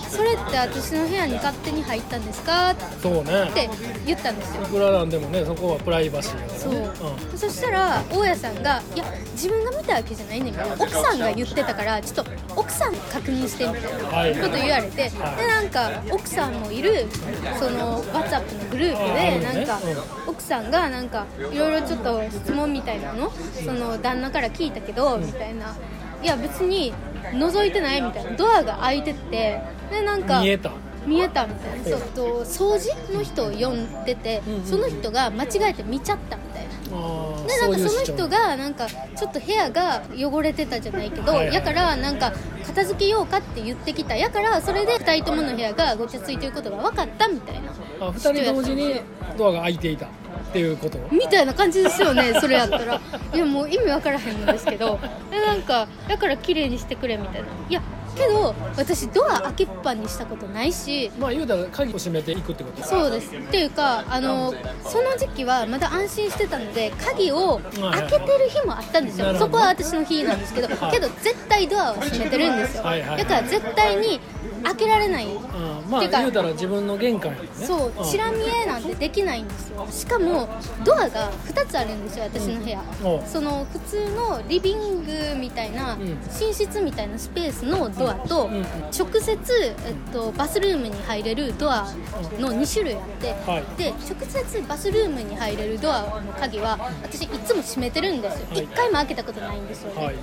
S3: それって私の部屋に勝手に入ったんですかっ
S1: そうね
S3: て言ったんですよ
S1: いくらなんでもねそこはプライバシーだからね
S3: そう、そしたら大家さんが「いや自分が見たわけじゃないねんけど奥さんが言ってたからちょっと奥さん確認して」みた
S1: はいい
S3: なこと言われて、
S1: はい
S3: でなんか奥さんもいるその WhatsApp のグループ
S1: ああ
S3: でなんか
S1: るね
S3: 奥さんがなんかいろいろちょっと質問みたいなのその旦那から聞いたけどみたいな「いや別に覗いてない」みたいなドアが開いててでなん
S1: う
S3: か
S1: ん見えた
S3: 見えたみたいなそうと掃除の人を呼んでて
S1: うんうん
S3: その人が間違えて見ちゃったみたいな
S1: あ
S3: でなんかその
S1: 主張
S3: 人がなんかちょっと部屋が汚れてたじゃないけど
S1: はいはい
S3: やからなんか片付けようかって言ってきたやからそれで2人ともの部屋がごちゃついてることが分かったみたいな
S1: あ2人同時にドアが開いていたっていうこと
S3: みたいな感じですよ ねそれやったらいやもう意味分からへんのですけどでなんかだから綺麗にしてくれみたいないやけど私ドア開けっぱにしたことないし
S1: まあ言うたら鍵を閉めていくってこと
S3: そうですっていうかあのその時期はまだ安心してたので鍵を開けてる日もあったんです
S1: な
S3: よ
S1: るほ
S3: そ
S1: ど
S3: こは私の日なんですけど
S1: はい
S3: けど絶対ドアは閉めてるんですよ
S1: はいはい
S3: だから絶対に開けられない
S1: うんま
S3: て
S1: あ
S3: か
S1: 言うたら自分の玄関やもんね
S3: そうチラ見えなんてできないんですよしかもドアが2つあるんですよ私の部屋
S1: うんお
S3: その普通のリビングみたいな
S1: うん
S3: 寝室みたいなスペースのドアと
S1: うんうん
S3: 直接、えっと、バスルームに入れるドアの2種類あって
S1: はい
S3: で直接バスルームに入れるドアの鍵は私いつも閉めてるんですよ
S1: はい
S3: 1回も開けたことないんですよ
S1: うんはい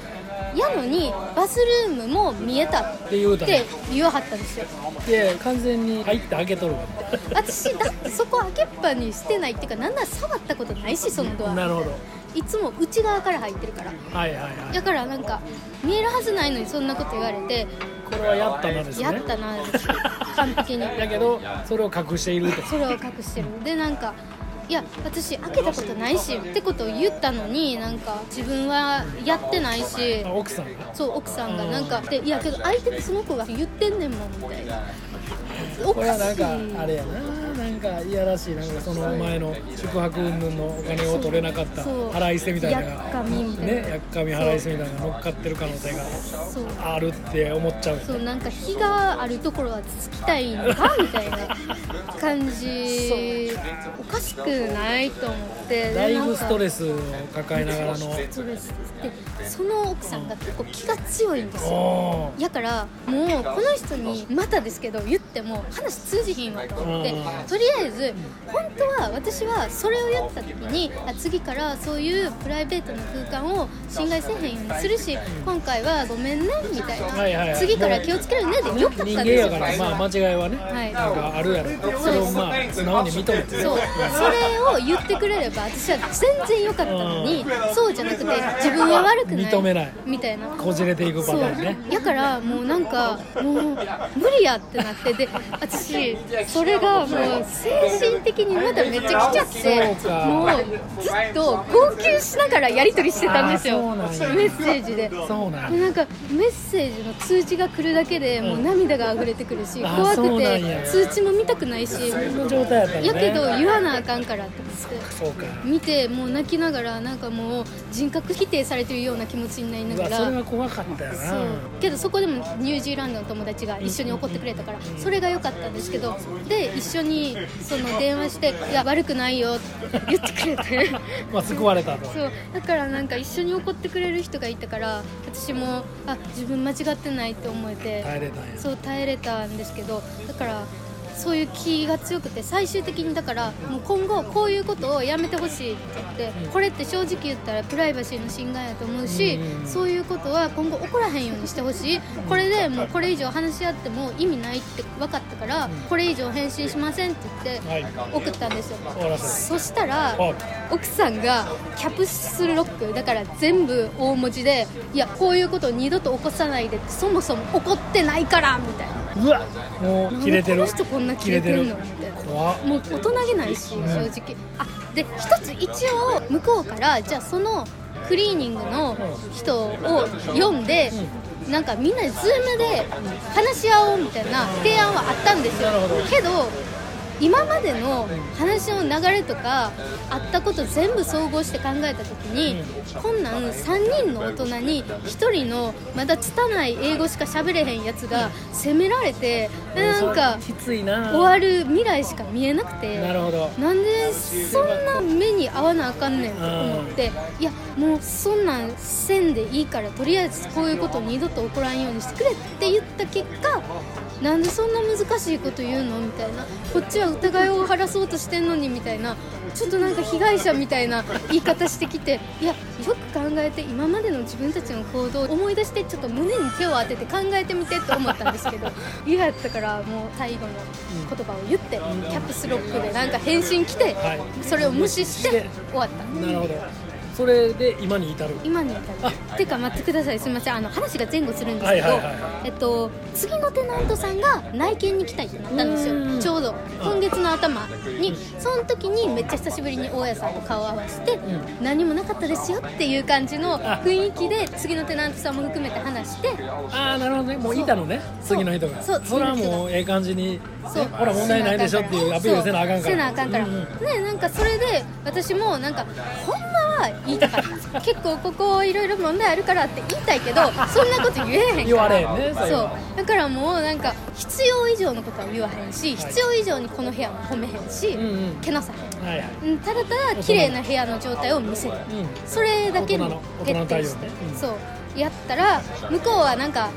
S3: やのにバスルームも見えたっ
S1: って言うたら
S3: て言わはったんですよ
S1: で完全に入って開けとるわ
S3: 私だってそこ開けっぱにしてないっていうかなんなら触ったことないしそのド
S1: な
S3: ア
S1: るほど
S3: いつも内側から入ってるから
S1: はいはいはい
S3: だからなんか見えるはずないのにそんなこと言われて
S1: これはやったなですね
S3: やったな完璧 に
S1: だけどそれを隠していると
S3: それを隠してるでなんかいや私開けたことないしってことを言ったのになんか自分はやってないし
S1: あ奥さんが
S3: そう奥さんがなんかでいやけど相手ってその子が言ってんねんもんみたいなお
S1: これ
S3: か
S1: は
S3: し
S1: なん
S3: い
S1: かあれやななんかいやらしいなんかその前の宿泊云々のお金を取れなかった
S3: そう
S1: 払いせみたいなの
S3: やっ
S1: が
S3: かみみたいな
S1: ねやっかみ払いせみたいなのが乗っかってる可能性
S3: そう
S1: があるって思っちゃうよね
S3: そうなんか日があるところはつきたいのかみたいな感じおかしくないと思って
S1: だいぶストレ
S3: ス
S1: スを抱えながらの
S3: ストレスでその奥さんが結構気が強いんですよ
S1: お
S3: やからもうこの人にまたですけど言っても話通じひんわと思って
S1: うん
S3: とりあえず本当は私はそれをやってた時にあ次からそういうプライベートな空間を侵害せえへんようにするし今回はごめんねみたい
S1: はいはいは
S3: ない次から気をつけるねでよかったん
S1: 人間
S3: です
S1: や
S3: よ
S1: からまあ間違いはね、
S3: はい
S1: なんかあるやろそれをまあ素直に認めてね
S3: そうそれを言ってくれれば私は全然良かったのにそうじゃなくて自分は悪くない
S1: 認めない
S3: みたいな
S1: こじれていくパタ
S3: そう
S1: ーンね
S3: やからもうなんかもう無理やってなってで私それがもう精神的にまだめっちゃ来ちゃっ
S1: そうか
S3: てもうずっと号泣しながらやり取りしてたんです
S1: あ
S3: よ
S1: そう
S3: メ
S1: なんや
S3: ッセージで。
S1: そうなん
S3: でなんかメッセージの通知が来るだけでもう涙が溢れてくるし
S1: あ
S3: 怖
S1: そ
S3: く
S1: うなんや
S3: て通知も見たくないし
S1: その状態やったん
S3: やけど
S1: ね
S3: 言わなあかんからって思って。
S1: そうか
S3: 見てもう泣きながらなんかもう人格否定されてるような気持ちになりな
S1: う
S3: が
S1: わ
S3: ら
S1: それは怖かったよな
S3: そうけどそこでもニュージーランドの友達が一緒に怒ってくれたからそれが良かったんですけどで一緒にその電話して「いや悪くないよ」って言ってくれて
S1: まあ救われたと
S3: そうだからなんか一緒に怒ってくれる人がいたから私もあ自分間違ってないって思えて
S1: 耐えれたんや
S3: そう耐えれたんですけどだからそういう気が強くて最終的にだからもう今後こういうことをやめてほしいって言ってこれって正直言ったらプライバシーの侵害やと思うし
S1: うん
S3: そういうことは今後起こらへんようにしてほしいこれでもうこれ以上話し合っても意味ないって分かったからこれ以上返信しませんって言って
S1: はい
S3: 送ったんですよ
S1: 終わらせ
S3: そしたら
S1: はい
S3: 奥さんがキャプスロックだから全部大文字でいやこういうことを二度と起こさないでそもそも怒ってないからみたいな
S1: るうわもう切れてる
S3: なんでこの人こんな切れてるのみたいな
S1: 怖っ
S3: もう大人げないし正直あで一つ一応向こうからじゃあそのクリーニングの人を読んでなんかみんなズームで話し合おうみたいな提案はあったんですよけど今までの話の流れとかあったこと全部総合して考えた時にこんなん3人の大人に1人のまだ拙い英語しか喋れへんやつが責められてでなんか
S1: きついな
S3: 終わる未来しか見えなくて
S1: なるほど
S3: なんでそんな目に遭わなあかんねんと思っていやもうそんなんせんでいいからとりあえずこういうこと二度と起こらんようにしてくれって言った結果なんでそんな難しいこと言うのみたいなこっちは疑いを晴らそうとしてんのにみたいなちょっとなんか被害者みたいな言い方してきていやよく考えて今までの自分たちの行動を思い出してちょっと胸に手を当てて考えてみてって思ったんですけど 嫌やったからもう最後の言葉を言ってキャプスロックでなんか返信来て
S1: はい
S3: それを無視して終わった
S1: なるほどそれで今に至る
S3: 今に至るてか待ってくださいすみませんあの話が前後するんです
S1: はい
S3: け
S1: はい
S3: ど
S1: はいは
S3: えっと次のテナントさんが内見に来たいってなったんです
S1: うん
S3: よちょうど今月の頭にその時にめっちゃ久しぶりに大家さんと顔合わせて
S1: う
S3: 何もなかったですよっていう感じの雰囲気で次のテナントさんも含めて話して
S1: ああなるほどねもういたのね
S3: そう
S1: 次の人が
S3: そう
S1: それは
S3: 次の人
S1: もうええ感じに
S3: そう
S1: ほら問題ないでしょっていうアピールせなあかんから
S3: そうせなあかんから、
S1: うんうん
S3: ねなんかそれで私もなんかほんまは言いたかった結構ここいろいろ問題あるからって言いた いけどそんなこと言えへんから
S1: 言われへんね
S3: そ
S1: 最後
S3: うだからもうなんか必要以上のことは言わへんし必要以上にこの部屋も褒めへんし、
S1: うんうん
S3: けなさへん
S1: はいはい
S3: うんただただ綺麗な部屋の状態を見せる、
S1: う
S3: それだけ
S1: 大人
S3: に徹底
S1: の大人の対応
S3: し
S1: ね
S3: て、
S1: うん
S3: そうやったら向こうはなんか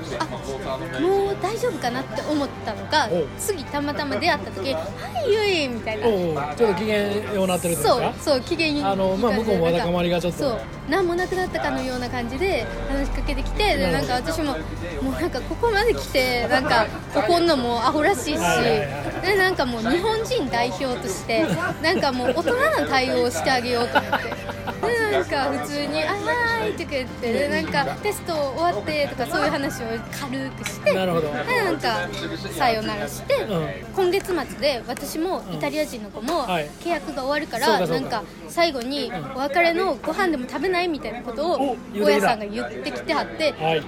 S3: あもう大丈夫かなって思ったのか
S1: おう
S3: 次たまたま出会った時「はいゆい」みたいな。
S1: んおうちょっと機嫌ようなってるんです
S3: そう
S1: か
S3: そう機嫌いい
S1: あのまあ
S3: いい感
S1: 向こ
S3: じで
S1: うもわだ
S3: なん
S1: かまりがちょっと
S3: そう何もなくなったかのような感じで話しかけてきてでなんか私ももうなんかここまで来てなんか怒んのもアホらしいし
S1: はいはい
S3: でなんかもう日本人代表としてなんかもう大人な対応をしてあげようと思って。でなんか普通に「あはーい」とか言ってでなんかテスト終わってとかそういう話を軽くして
S1: なるほど
S3: でなんかさよならして、
S1: うん
S3: 今月末で私もイタリア人の子も
S1: はい
S3: 契約が終わるか
S1: そう
S3: ら、
S1: かそうか
S3: なんか最後にお別れのご飯でも食べないみたいなこと
S1: お
S3: を
S1: 言うてき
S3: 大家
S1: た
S3: さんが言ってきてはって、
S1: はい
S3: で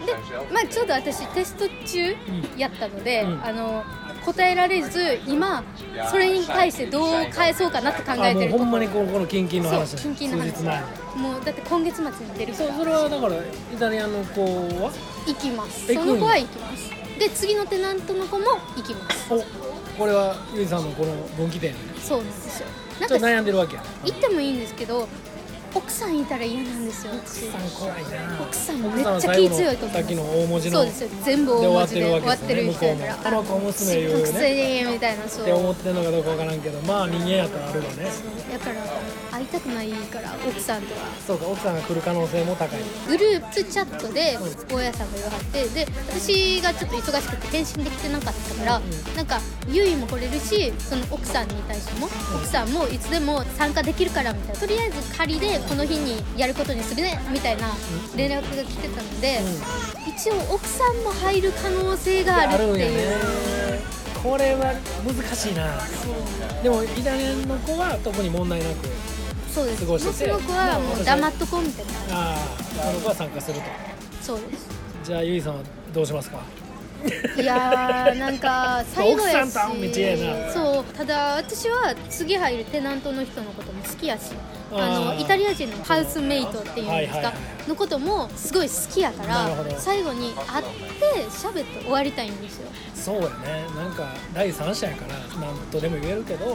S3: まあ、ちょうど私テスト中やったので、
S1: うん
S3: あの答えられず今それに対してどう返そうかなって考
S1: あ
S3: え
S1: も
S3: て
S1: う
S3: る
S1: ほ
S3: とこ
S1: んまにこのこの近々の話
S3: そう
S1: ね
S3: 近々の話
S1: 数日前
S3: もうだって今月末に出るか
S1: そう
S3: ら
S1: それはだからイタリアの子は
S3: 行きます
S1: え
S3: その子は行きますで次のテナントの子も行きます
S1: おこれはゆいさんのこの分岐点ち
S3: そうなんですよ
S1: ょ
S3: な
S1: っ
S3: ん
S1: と
S3: か
S1: 悩んでるわけや
S3: 行ってもいいんですけど奥さんいたら嫌なんですよ私
S1: 奥さん怖いな
S3: 奥さんめっちゃ気強いと思う
S1: さっきの大文字の
S3: そうですよ全部
S1: で
S3: 大
S1: 終わ
S3: 文
S1: っ
S3: 字
S1: て
S3: で
S1: るわ
S3: 終
S1: け
S3: わ
S1: で
S3: っ
S1: す
S3: て
S1: よね向こう
S3: る人や
S1: も
S3: から
S1: この子娘いう
S3: 特
S1: ね
S3: 性みたいなそ
S1: っ
S3: う
S1: て思ってんのかどうかわからんけどまあ人間やったらあるわね
S3: だから会いたくないから奥さんとは
S1: そうか奥さんが来る可能性も高い
S3: グループチャットで大家さんが言わはってで私がちょっと忙しくて返信できてなかったから、なんかゆいも来れるしその奥さんに対しても奥さんもいつでも参加できるからみたいなとりあえず仮でこの日にやることにするねみたいな連絡が来てたので、一応奥さんも入る可能性があるっていう、
S1: これは難しいなでもイタリアの子は特に問題なく
S3: そうです
S1: 過
S3: も
S1: ご
S3: う
S1: して
S3: そ
S1: て
S3: の子はもう黙っとこうみたいな
S1: ああその子は参加すると
S3: そうです
S1: じゃあゆいさんはどうしますか
S3: いやーなんか最後や
S1: 奥
S3: し
S1: さんと会うのめっちゃ嫌やな
S3: そうただ私は次入るテナントの人のことも好きやしあ
S1: あ
S3: の
S1: ー
S3: イタリア人のハウスメイトっていうんですか、
S1: はいはいは
S3: のこともすごい好きやか
S1: なるほど
S3: ら最後に会って喋って終わりたいんですよ
S1: そうやねなんか第三者やから何とでも言えるけど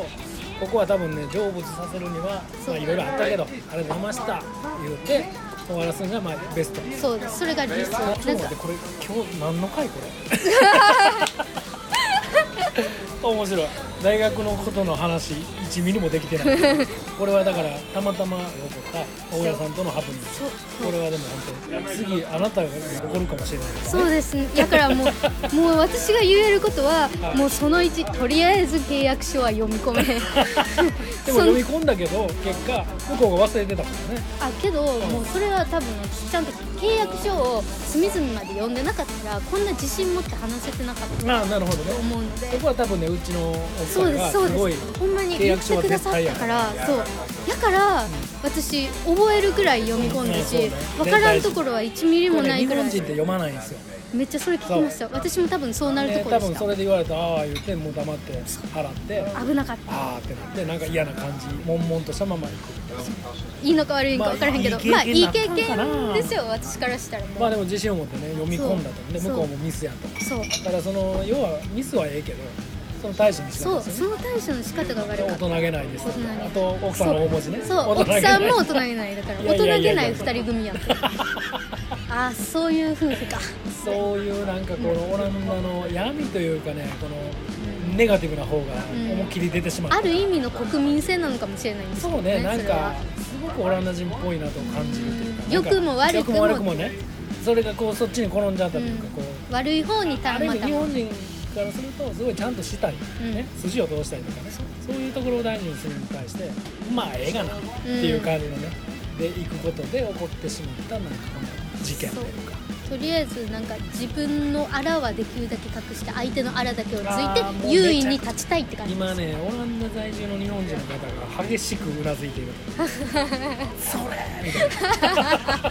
S1: ここは多分ね成仏させるにはま
S3: そう
S1: あいろいろあったけどあれ騙した言うて終わらすのがまあベスト
S3: そうですそれが理想
S1: あちょ
S3: な
S1: っと
S3: ん
S1: 待っ
S3: か
S1: てこれ今日何の回こ れ面白い大学のことの話1ミリもできてないこれはだからたまたま起こった大家さんとのハプニング
S3: そう
S1: これはでも本当に次あなたが起こるかもしれないから
S3: そうですねだから もうもう私が言えることは、
S1: はい
S3: もうその1とりあえず契約書は読み 込め
S1: でも
S3: そ
S1: 読
S3: の
S1: み込んだけど結果向こうが忘れてたもんね
S3: あけどもうそれは多分ちゃんと契約書を隅々まで読んでなかったらこんな自信持って話せてなかった
S1: まあなるほどね
S3: と思うので
S1: そこは多分ねうちの奥さ
S3: そうんで
S1: が
S3: すそ
S1: す
S3: う
S1: ごい
S3: ですほんまに
S1: 契
S3: 言っ
S1: 約書
S3: て
S1: は
S3: くだ
S1: 絶
S3: さっ
S1: 対や
S3: たからそうだから私覚えるぐらい読み込んだ
S1: うん
S3: し
S1: そう
S3: 分
S1: ね
S3: からんところは1ミリも
S1: これ
S3: な
S1: ね
S3: い
S1: 日
S3: ぐら
S1: 本
S3: い
S1: 人って読まないんですよ
S3: めっちゃそれ聞きました私も多分そうなると
S1: で
S3: こ
S1: 多
S3: ろでし
S1: 分
S3: た
S1: それで言われたああ言ってもう黙って払って
S3: 危なかった
S1: ああってなってなんか嫌な感じ悶々としたまま行く
S3: いいのか悪いのか分からへんけど
S1: ま
S3: ま
S1: あ
S3: あ
S1: い
S3: い
S1: い
S3: い
S1: 経
S3: 経
S1: 験だったんかな
S3: 験ですよ私からしたら
S1: ま
S3: も
S1: あで
S3: う
S1: も自信を持ってね読み込んだとね
S3: そ
S1: 向
S3: う
S1: こうもミスやと
S3: そう
S1: ただその要はミスはええけどその対処にし
S3: そう
S1: たんです
S3: そ
S1: よね
S3: の対処の仕方が悪か
S1: 大
S3: った
S1: 人げないです
S3: 大人げない
S1: あと奥さんの大文字ね
S3: そう
S1: 大人
S3: 奥
S1: げな
S3: さ
S1: い
S3: んも大人げないだから
S1: いやい
S3: 大
S1: や
S3: 人
S1: いや
S3: げ
S1: いや
S3: ない2人組やったああそういう夫婦か
S1: そういうなんかこのオランダの闇というかねこのネガティブな方が思いっきり出てしまった、
S3: ある意味の国民性なのかもしれないんですけ
S1: そ
S3: ど
S1: うね
S3: ね
S1: なん
S3: それ
S1: か
S3: は
S1: すごくオランダ人っぽいなと感じるというか
S3: うん
S1: なんか
S3: 良くも悪くも
S1: 良くも悪くもねそれがこうそっちに転んじゃったというか、
S3: うん
S1: こう
S3: 悪い方にた
S1: ある意
S3: ま
S1: 味
S3: た
S1: 日
S3: ま
S1: 本人からするとすごいちゃんとしたい、ね筋を通したいとかねそういうところを大事にするに対してまあええがなっていう感じのね、で行くことで起こってしまったなんかこの事件というか
S3: とりあえずなんか自分のあらはできるだけ隠して相手のあらだけをつ
S1: あー
S3: い
S1: もう
S3: て優位に立ちたいって感じ
S1: 今ねオランダ在住の日本人の方が激しくうなずいてい るそれみたいな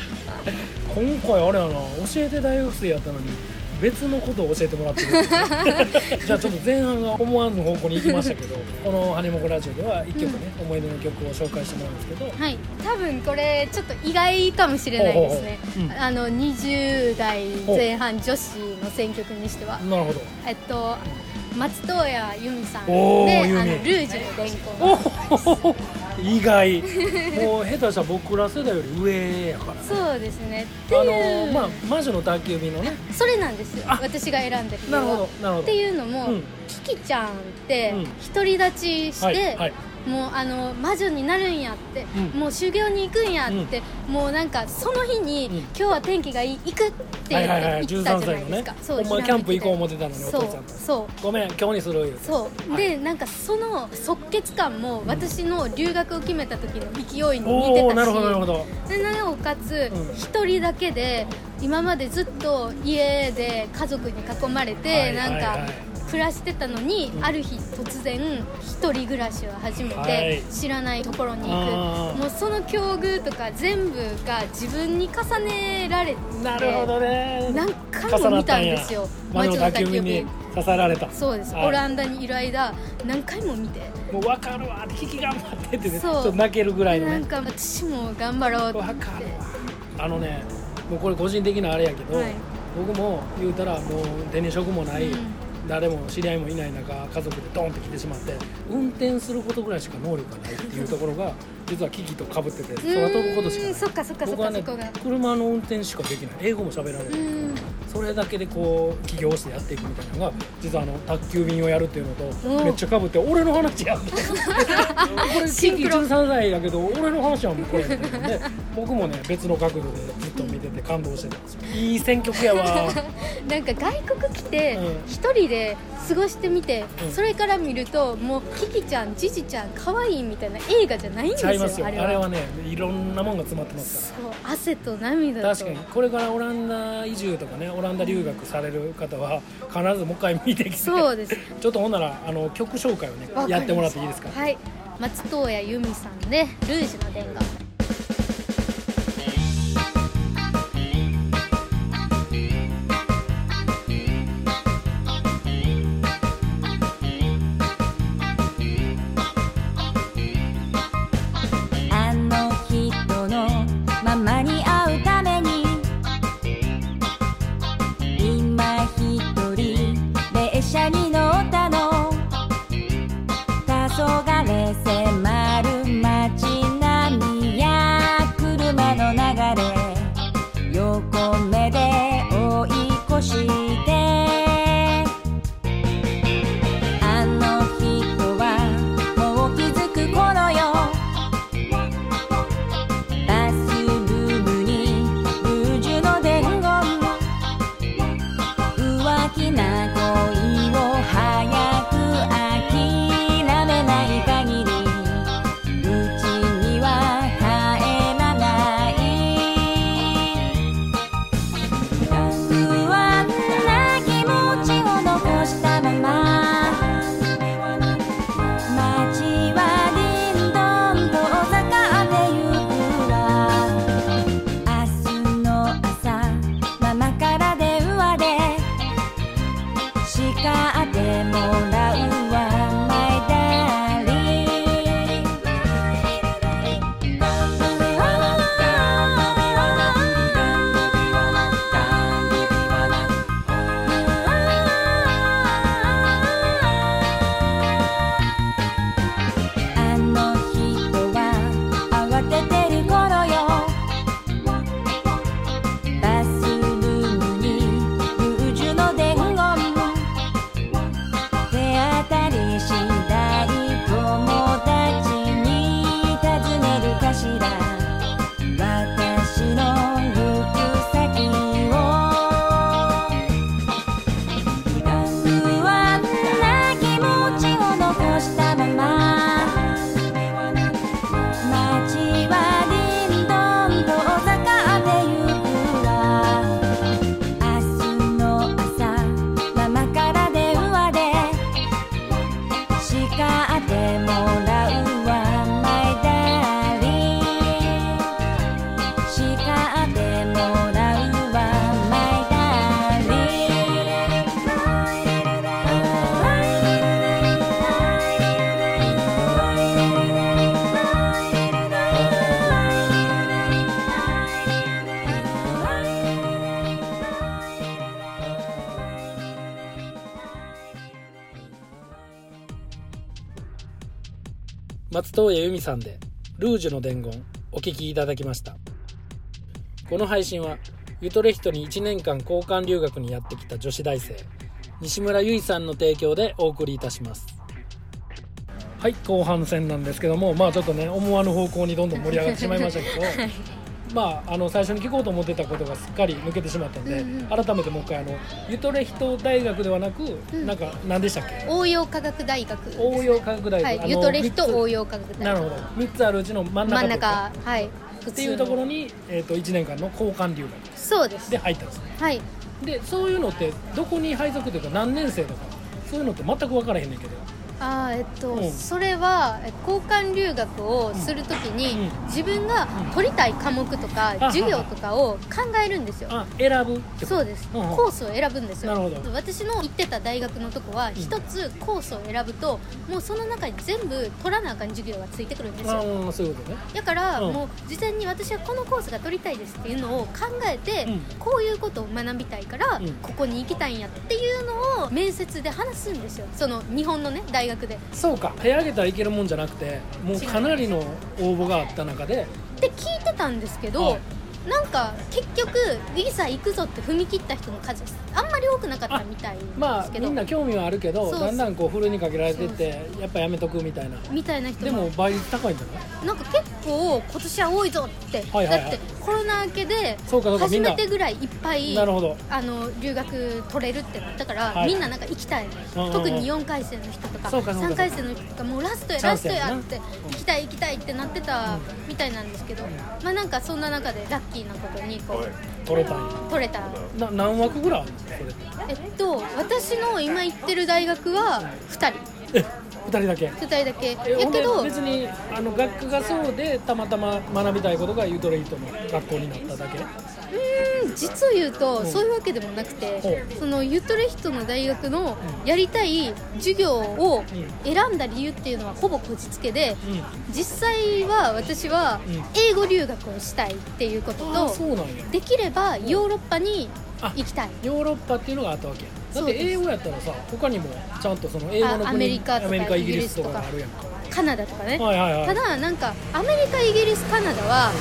S1: 今回あれやな教えて大学生やったのに別のことを教えてもら ってるじゃあちょっと前半が思わぬ方向に行きましたけどこの「ハネモコラジオ」では1曲ね、思い出の曲を紹介してもらうんですけど、
S3: はい多分これちょっと意外かもしれないですね
S1: ほうほうほううん
S3: あの20代前半女子の選曲にしては
S1: なるほど
S3: えっと松任谷由実さんで
S1: おー由
S3: あ
S1: 美
S3: のルージュの伝
S1: お
S3: 行
S1: お意外もう下手したら僕ら世代より上やからね
S3: そうですねって
S1: あの
S3: いう、
S1: まあ魔女の宅急便のね
S3: それなんですよ
S1: あ
S3: 私が選んでる
S1: なる
S3: の
S1: ほ
S3: は
S1: どなるほど
S3: っていうのも、
S1: うん
S3: キキちゃんって
S1: うん
S3: 独り立ちして、
S1: はいはい
S3: もうあの魔女になるんやって、
S1: うん
S3: もう修行に行くんやって、もうなんかその日に、
S1: うん
S3: 今日は天気がいい行くって言
S1: は
S3: っ
S1: い
S3: て
S1: はいはい
S3: 行
S1: 13
S3: ったじゃな
S1: 歳
S3: い
S1: の
S3: で
S1: ね
S3: すか、
S1: ほんまにキャンプ行こう思ってたのにお
S3: そ
S1: 父
S3: う
S1: さんと
S3: そう
S1: ごめん今日にするよ
S3: そう
S1: はい
S3: でなんかその即決感も私の留学を決めた時の勢いに似て
S1: おおー
S3: た
S1: な
S3: し
S1: るほどなるほど
S3: でなおかつ
S1: うん
S3: 一人だけで今までずっと家で家族に囲まれ
S1: は
S3: て
S1: い
S3: なん
S1: はいは
S3: か
S1: い
S3: 暮らしてたのに
S1: うん
S3: ある日突然一人暮らしを始め
S1: はい
S3: て知らないところに行
S1: あー
S3: くもうその境遇とか全部が自分に重ねられて
S1: なるほどね
S3: 何回も見たんですよ
S1: 魔女の宅急便に支えられた
S3: そうです
S1: はい
S3: オランダにいる間何回も見て
S1: もう分かるわ引き頑張ってってねち
S3: そう
S1: ょっと泣けるぐらいの
S3: なん
S1: ね
S3: か私も頑張ろうって
S1: 分かるわあのねもうこれ個人的なあれやけど
S3: はい
S1: 僕も言うたらもう手に職もない
S3: うん
S1: 誰も知り合いもいない中家族でドンって来てしまって運転することぐらいしか能力がないっていうところ が実は危機とかぶってて空飛ぶことしかない
S3: うーんそっかそっかそっ
S1: 僕は
S3: か
S1: ね
S3: そこが
S1: 車の運転しかできない英語も喋られ
S3: う
S1: ない、
S3: ん
S1: それだけでこう起業してやっていくみたいなのが実はあの宅急便をやるっていうの
S3: う
S1: と
S3: ん
S1: めっちゃかぶって俺の話やんこれ
S3: シンクロ
S1: 13歳だけど俺の話やんこれみたいなんで僕もね別の角度でずっと見見てて感動してたいい選曲や わ
S3: なんか外国来て
S1: うん
S3: 一人で過ごしてみて、
S1: うん
S3: それから見るともうキキちゃんジジちゃん可愛いみたいな映画じゃないんで
S1: ち
S3: す
S1: ゃ
S3: よ
S1: いますよあ
S3: あ
S1: れ
S3: れは
S1: はねいろんなもんが詰まってますか
S3: そう汗と涙
S1: ら
S3: と
S1: 確かにこれからオランダ移住とかねオランダ留学される方は必ずもう一回見てきて
S3: そうです
S1: ちょっとほんならあの曲紹介をね
S3: わかりました
S1: やってもらっていいですか
S3: はい松任谷由実さんで「ルージュの伝言」
S4: あの人のままに会うために今一人列車に乗ったの黄昏迫る街並みや車の流れ横目で追い越してあの人はもう気づく頃よバスルームにルージュの伝言浮気な恋を早く諦めない限りうちには帰らない不安な気持ちを残したまま街はりんどんと坂でゆくわ明日の朝ママから電話で叱ってもらうわ My darling あの人は慌ててる頃よバスルームにルージュの伝言手当たり次第友達に尋ねるかしら私の行く先を不安な気持ちを残したまま街はりんどんと坂でゆくわ明日の朝ママから電話で叱ってもらうわ My darling 叱ってもらうわ My darling
S1: 松任谷由実さんで「ルージュの伝言」お聞きいただきましたこの配信はユトレヒトに1年間交換留学にやってきた女子大生西村由衣さんの提供でお送りいたしますはい後半戦なんですけどもまあちょっとね思わぬ方向にどんどん盛り上がってしまいました けど、まあ、あの最初に聞こうと思ってたことがすっかり抜けてしまったんで、
S3: うんうん
S1: 改めてもう一回あのユトレヒト大学ではなく、
S3: ん
S1: なんか何でしたっけ
S3: 応用科学大学ですね
S1: 応用科学大学、
S3: はい
S1: あの
S3: ゆとり
S1: 三つ
S3: 人応用科学大
S1: なるほ
S3: 学
S1: ど3つあるうちの真ん中
S3: 真ん中はい普
S1: っていうところ
S3: に
S1: に、えー、と1年間の交換留学
S3: そうです
S1: で入ったんですね
S3: はい
S1: でそういうのってどこに配属というか何年生とかそういうのって全く分からへんねんけど
S3: あーえっと、
S1: うん
S3: それはえ交換留学をするときに、
S1: うん
S3: 自分が取りたい科目とか、
S1: ん
S3: 授業とかを考えるんですよ
S1: あ選ぶってこと
S3: そうです、
S1: うんうん
S3: コースを選ぶんですよ
S1: なるほど
S3: 私の行ってた大学のとこは一つコースを選ぶと、もうその中に全部取らなあかん授業がついてくるんです
S1: あ
S3: よ
S1: ーそういうことね
S3: だから、
S1: うん
S3: もう事前に私はこのコースが取りたいですっていうのを考えて、
S1: うん
S3: こういうことを学びたいから、
S1: うん
S3: ここに行きたいんやっていうのを面接で話すんですよその日本のね大学で
S1: そうか部屋上げたらいけるもんじゃなくてもうかなりの応募があった中で
S3: って聞いてたんですけど、
S1: はい
S3: なんか結局いざ行くぞって踏み切った人の数圧あんまり多くなかったみたいなん
S1: ま
S3: で
S1: あ
S3: すけ
S1: み
S3: ど、
S1: んな興味はあるけど
S3: そう
S1: だんだんこうふるいにかけられてってやっぱやめとくみたいな
S3: みたいな人
S1: で
S3: も
S1: も倍率高いんじゃない
S3: なんか結構今年は多いぞって、
S1: はいはいはい
S3: だってコロナ明けで
S1: そうかそうかみ
S3: 初
S1: んな
S3: めてぐらいいっぱい
S1: なるほど
S3: あの留学取れるってなったから、
S1: はい
S3: みんななんか行きたい、
S1: うんうん
S3: 特に4回生の人とか
S1: そうかそうか
S3: 3回生の人とかもうラストや
S1: チャ
S3: ラ
S1: ン
S3: ス
S1: ス
S3: ト
S1: やな
S3: やって行きたい行きたいってなってたみたいなんですけど、まあなんかそんな中でラッキーなことにこう
S1: 取れたんや
S3: 取れた
S1: な何枠ぐらいあるのそれって
S3: えっと私の今行ってる大学は2人
S1: え2人だけ
S3: 2人だけ
S1: え
S3: やけ
S1: ほん
S3: ど
S1: で別にあの学科がそうでたまたま学びたいことがユートレイトの学校になっただけ
S3: うん実を言うと、
S1: ん
S3: そういうわけでもなくて、
S1: ほ
S3: そのユトレヒトの大学のやりたい授業
S1: う
S3: を選んだ理由っていうのはほぼこじつけで、
S1: うん
S3: 実際は私は
S1: うん
S3: 英語留学をしたいっていうこと
S1: あそ
S3: と、
S1: うなんや
S3: できればヨーロッパに行きたい。
S1: ヨーロッパっていうのがあったわけだ
S3: そ
S1: っ
S3: うで
S1: て
S3: す
S1: 英語やったらさ他にもちゃんとその英語の国
S3: あアメリカとか
S1: アメリカイギリスとか
S3: イギリスと
S1: が
S3: か
S1: あるやんか
S3: カナダとかね、
S1: はいはいはい
S3: ただなんかアメリカイギリスカナダは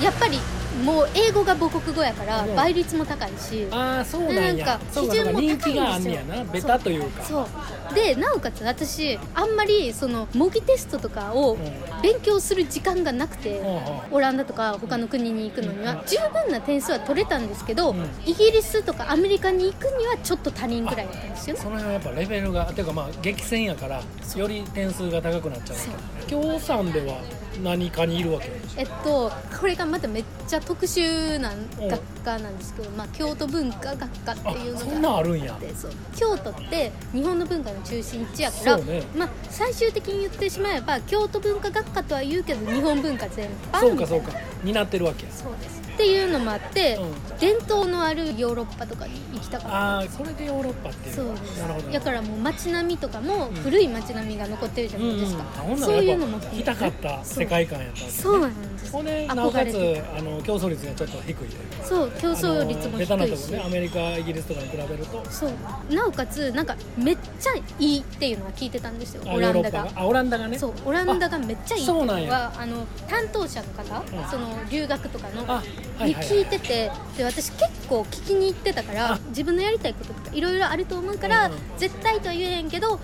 S3: やっぱりもう英語が母国語やから
S1: うん
S3: 倍率も高いし、
S1: ああそうなん
S3: で
S1: や
S3: なんか
S1: そうかそうか
S3: 基準も高いん
S1: 人
S3: ですよ
S1: 気があんねやなベタというか
S3: そうでなおかつ私あんまりその模擬テストとかを
S1: ん
S3: 勉強する時間がなくて、
S1: んうん
S3: オランダとか他の国に行くのには十分な点数は取れたんですけど、
S1: うん
S3: イギリスとかアメリカに行くにはちょっと他人ぐらいだったんですよね
S1: その辺はやっぱレベルがていうかまあ激戦やからより点数が高くなっちゃうわけ京さんでは何かにいるわけ
S3: えっとこれがまためっちゃ特殊な学科なんですけど、まあ、京都文化学科って
S1: あ
S3: いう
S1: そんな
S3: の
S1: ん
S3: が
S1: あるんや
S3: でそう京都って日本の文化の中心地やから、
S1: そうね
S3: まあ、最終的に言ってしまえば京都文化学科とは言うけど日本文化全般
S1: そうかそうか担ってるわけや
S3: そうですっていうのもあって、
S1: うん
S3: 伝統のあるヨーロッパとかに行きたかっ
S1: ああそれでヨーロッパってい
S3: た
S1: う
S3: そうです
S1: なるほど
S3: だからもう街並みとかも古い街並みが残ってるじゃ
S1: うん
S3: な
S1: うん
S3: いです
S1: あ
S3: か、
S1: ほんな
S3: そ
S1: ら
S3: ういう
S1: や
S3: の
S1: っ
S3: も
S1: ぱ来たかった世界観やったわけね
S3: そうなんです
S1: ほんでなおか
S3: 憧れ
S1: つ
S3: てる
S1: あの競争率がちょっと低いという
S3: そう競争率
S1: あの
S3: も
S1: ベタな
S3: 低
S1: と
S3: い
S1: こ
S3: し、
S1: ねアメリカイギリスとかに比べると
S3: そうなおかつなんかめっちゃいいっていうのは聞いてたんですよ
S1: あ
S3: オランダ
S1: ヨー
S3: が
S1: ロッパあオランダがね
S3: そうオランダがめっちゃいい
S1: あ
S3: っていう
S1: そうなん
S3: の
S1: や
S3: はあの担当者の方、
S1: ん
S3: その留学とかの
S1: あはい
S3: に
S1: はい
S3: 聞いててで私結構聞きに行ってたから自分のやりたいこととかいろいろあると思うから、
S1: うんうん
S3: 絶対とは言えへんけど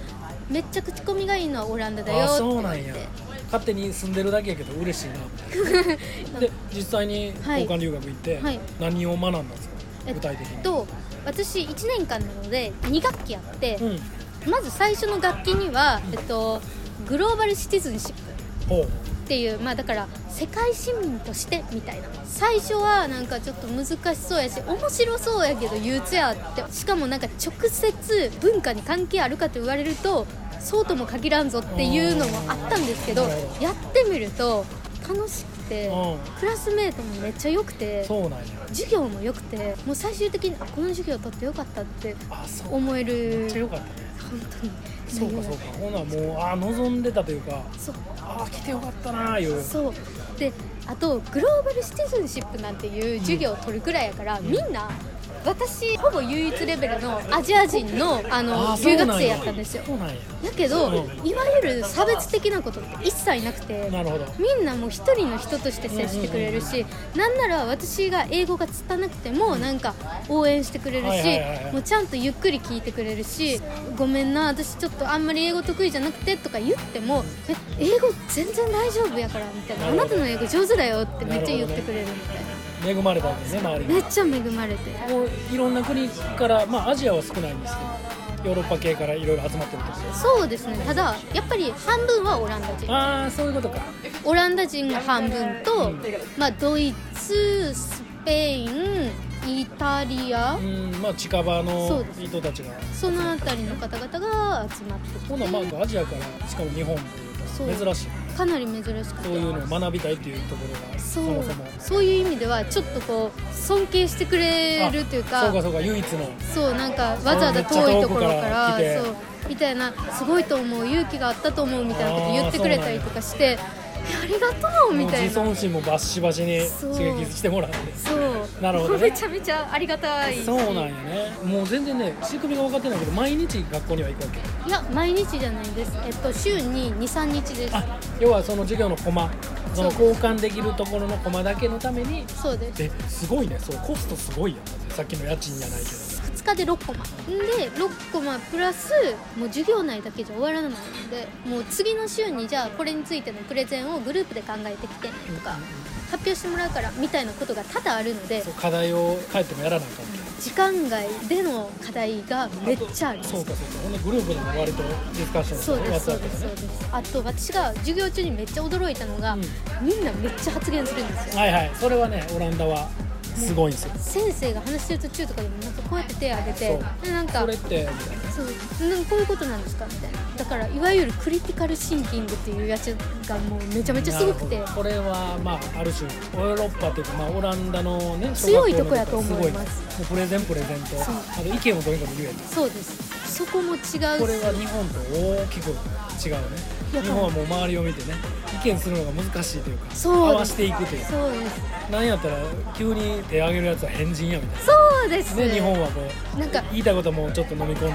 S3: めっちゃ口コミがいいのはオランダだよ
S1: あ
S3: って
S1: そう
S3: 言
S1: な
S3: われ
S1: ん
S3: て
S1: や勝手に住んでるだけやけど嬉しいなみたい なで実際に
S3: はい
S1: 交換留学行って
S3: はい
S1: 何を学んだんですか
S3: え
S1: 具体的に
S3: っと私1年間なので2学期あって、
S1: うん
S3: まず最初の楽器には、えっと、グローバルシティズンシップ
S1: ほう
S3: っていうまあだから世界市民としてみたいな最初はなんかちょっと難しそうやし面白そうやけど憂鬱やってしかもなんか直接文化に関係あるかと言われるとそうとも限らんぞっていうのもあったんですけど
S1: うん
S3: やってみると楽しくて
S1: うん
S3: クラスメートもめっちゃ良くて
S1: そうなんや
S3: 授業も良くてもう最終的にあこの授業取ってよかったって
S1: あそうめっ
S3: 思える
S1: ちゃよかったね
S3: 本当に
S1: そうかそうかほなもうあー望んでたというか
S3: そう
S1: あー来てよかったなーいう
S3: そうであとグローバルシティズンシップなんていう授業を取るくらいやから、みんな私ほぼ唯一レベルのアジア人のあの
S1: あー
S3: 留学生やったんですよ
S1: そうなんや
S3: だけど、
S1: うん
S3: いわゆる差別的なことって一切なくて
S1: そうなんやなるほど
S3: みんなもう一人の人として接してくれるし、なんなら私が英語が拙くてもなんか応援してくれるし、
S1: はいはいはいはい
S3: もうちゃんとゆっくり聞いてくれるし「ごめんな私ちょっとあんまり英語得意じゃなくて」とか言っても「え英語全然大丈夫やから」みたいな
S1: な
S3: 「あ
S1: るほど
S3: なたの英語上手だよ」ってめっちゃ言ってくれるみたいな
S1: 恵まれたんですね周り
S3: め
S1: に
S3: っちゃ恵まれて
S1: もういろんな国からまあアジアは少ないんですけどヨーロッパ系からいろいろ集まってるってことです
S3: そうですねただやっぱり半分はオランダ人
S1: ああそういうことか
S3: オランダ人が半分と、まあ、ドイツスペインイタリア
S1: うんまあ近場
S3: そ
S1: の
S3: うです
S1: 人たちが
S3: その辺りの方々が集まって
S1: ほ
S3: き
S1: な
S3: て
S1: まあアジアからしかも日本と
S3: そ
S1: いう
S3: う
S1: と珍しい
S3: かなり珍しく
S1: そういう
S3: て
S1: のを学びたいっていうところがそ
S3: そう
S1: もそも
S3: そういう意味ではちょっとこう尊敬してくれるという
S1: あ
S3: か
S1: そうかそうか唯一の
S3: そうなんかわざわざ遠いところから
S1: めっちゃ遠くから来て
S3: そうみたいなすごいと思う勇気があったと思うみたいなこと言ってくれたりとかしてえありがとうみ
S1: もう
S3: たい
S1: 自
S3: な
S1: 尊心もバシバシに
S3: そう
S1: 刺激してもらって
S3: そう
S1: なるほどね
S3: めちゃめちゃありがたいし
S1: そうなんやねもう全然ね仕組みが分かってないけど毎日学校には行くわけ
S3: いや毎日じゃないですえっと週に23日です
S1: あ要はその授業のコマその
S3: そう
S1: 交換できるところのコマだけのために
S3: そうです
S1: えすごいねそうコストすごいやんさっきの家賃じゃないけど
S3: 2日で6コマで6コマプラスもう授業内だけじゃ終わらないのでもう次の週にじゃあこれについてのプレゼンをグループで考えてきてねとか発表してもらうからみたいなことが多々あるので
S1: そう課題を書いてもやらなあかん
S3: 時間外での課題がめっちゃあります
S1: そうかそうかほんでグループでも割とディスカッション
S3: そうですそうですそう
S1: ね
S3: ですあと私が授業中にめっちゃ驚いたのが、
S1: うん
S3: みんなめっちゃ発言するんですよ
S1: はいはいそれはねオランダはすごいんですよ
S3: 先生が話してる途中とかでもなんかこうやって手挙げてでなんか
S1: これって
S3: そうなんかこういうことなんですかみたいなだからいわゆるクリティカルシンキングっていうやつがもうめちゃめちゃすごくて
S1: なるほどこれはまあある種ヨーロッパというか、まあ、オランダのね
S3: 強い
S1: 小学校の
S3: とこやと思います
S1: ごいもうプレゼンプレゼンと
S3: そう
S1: あと意見をとにかく言えと
S3: そうですそこも違うし
S1: これは日本と大きく違う
S3: い
S1: ね
S3: や
S1: 日本はもう周りを見てね意見するのが難しいというか
S3: そうです
S1: 合わしていくという
S3: そうです
S1: なんやったら急に手挙げるやつは変人やみたい
S3: そうです
S1: なね日本はこう
S3: なんか
S1: 言いたいこともちょっと飲み込んで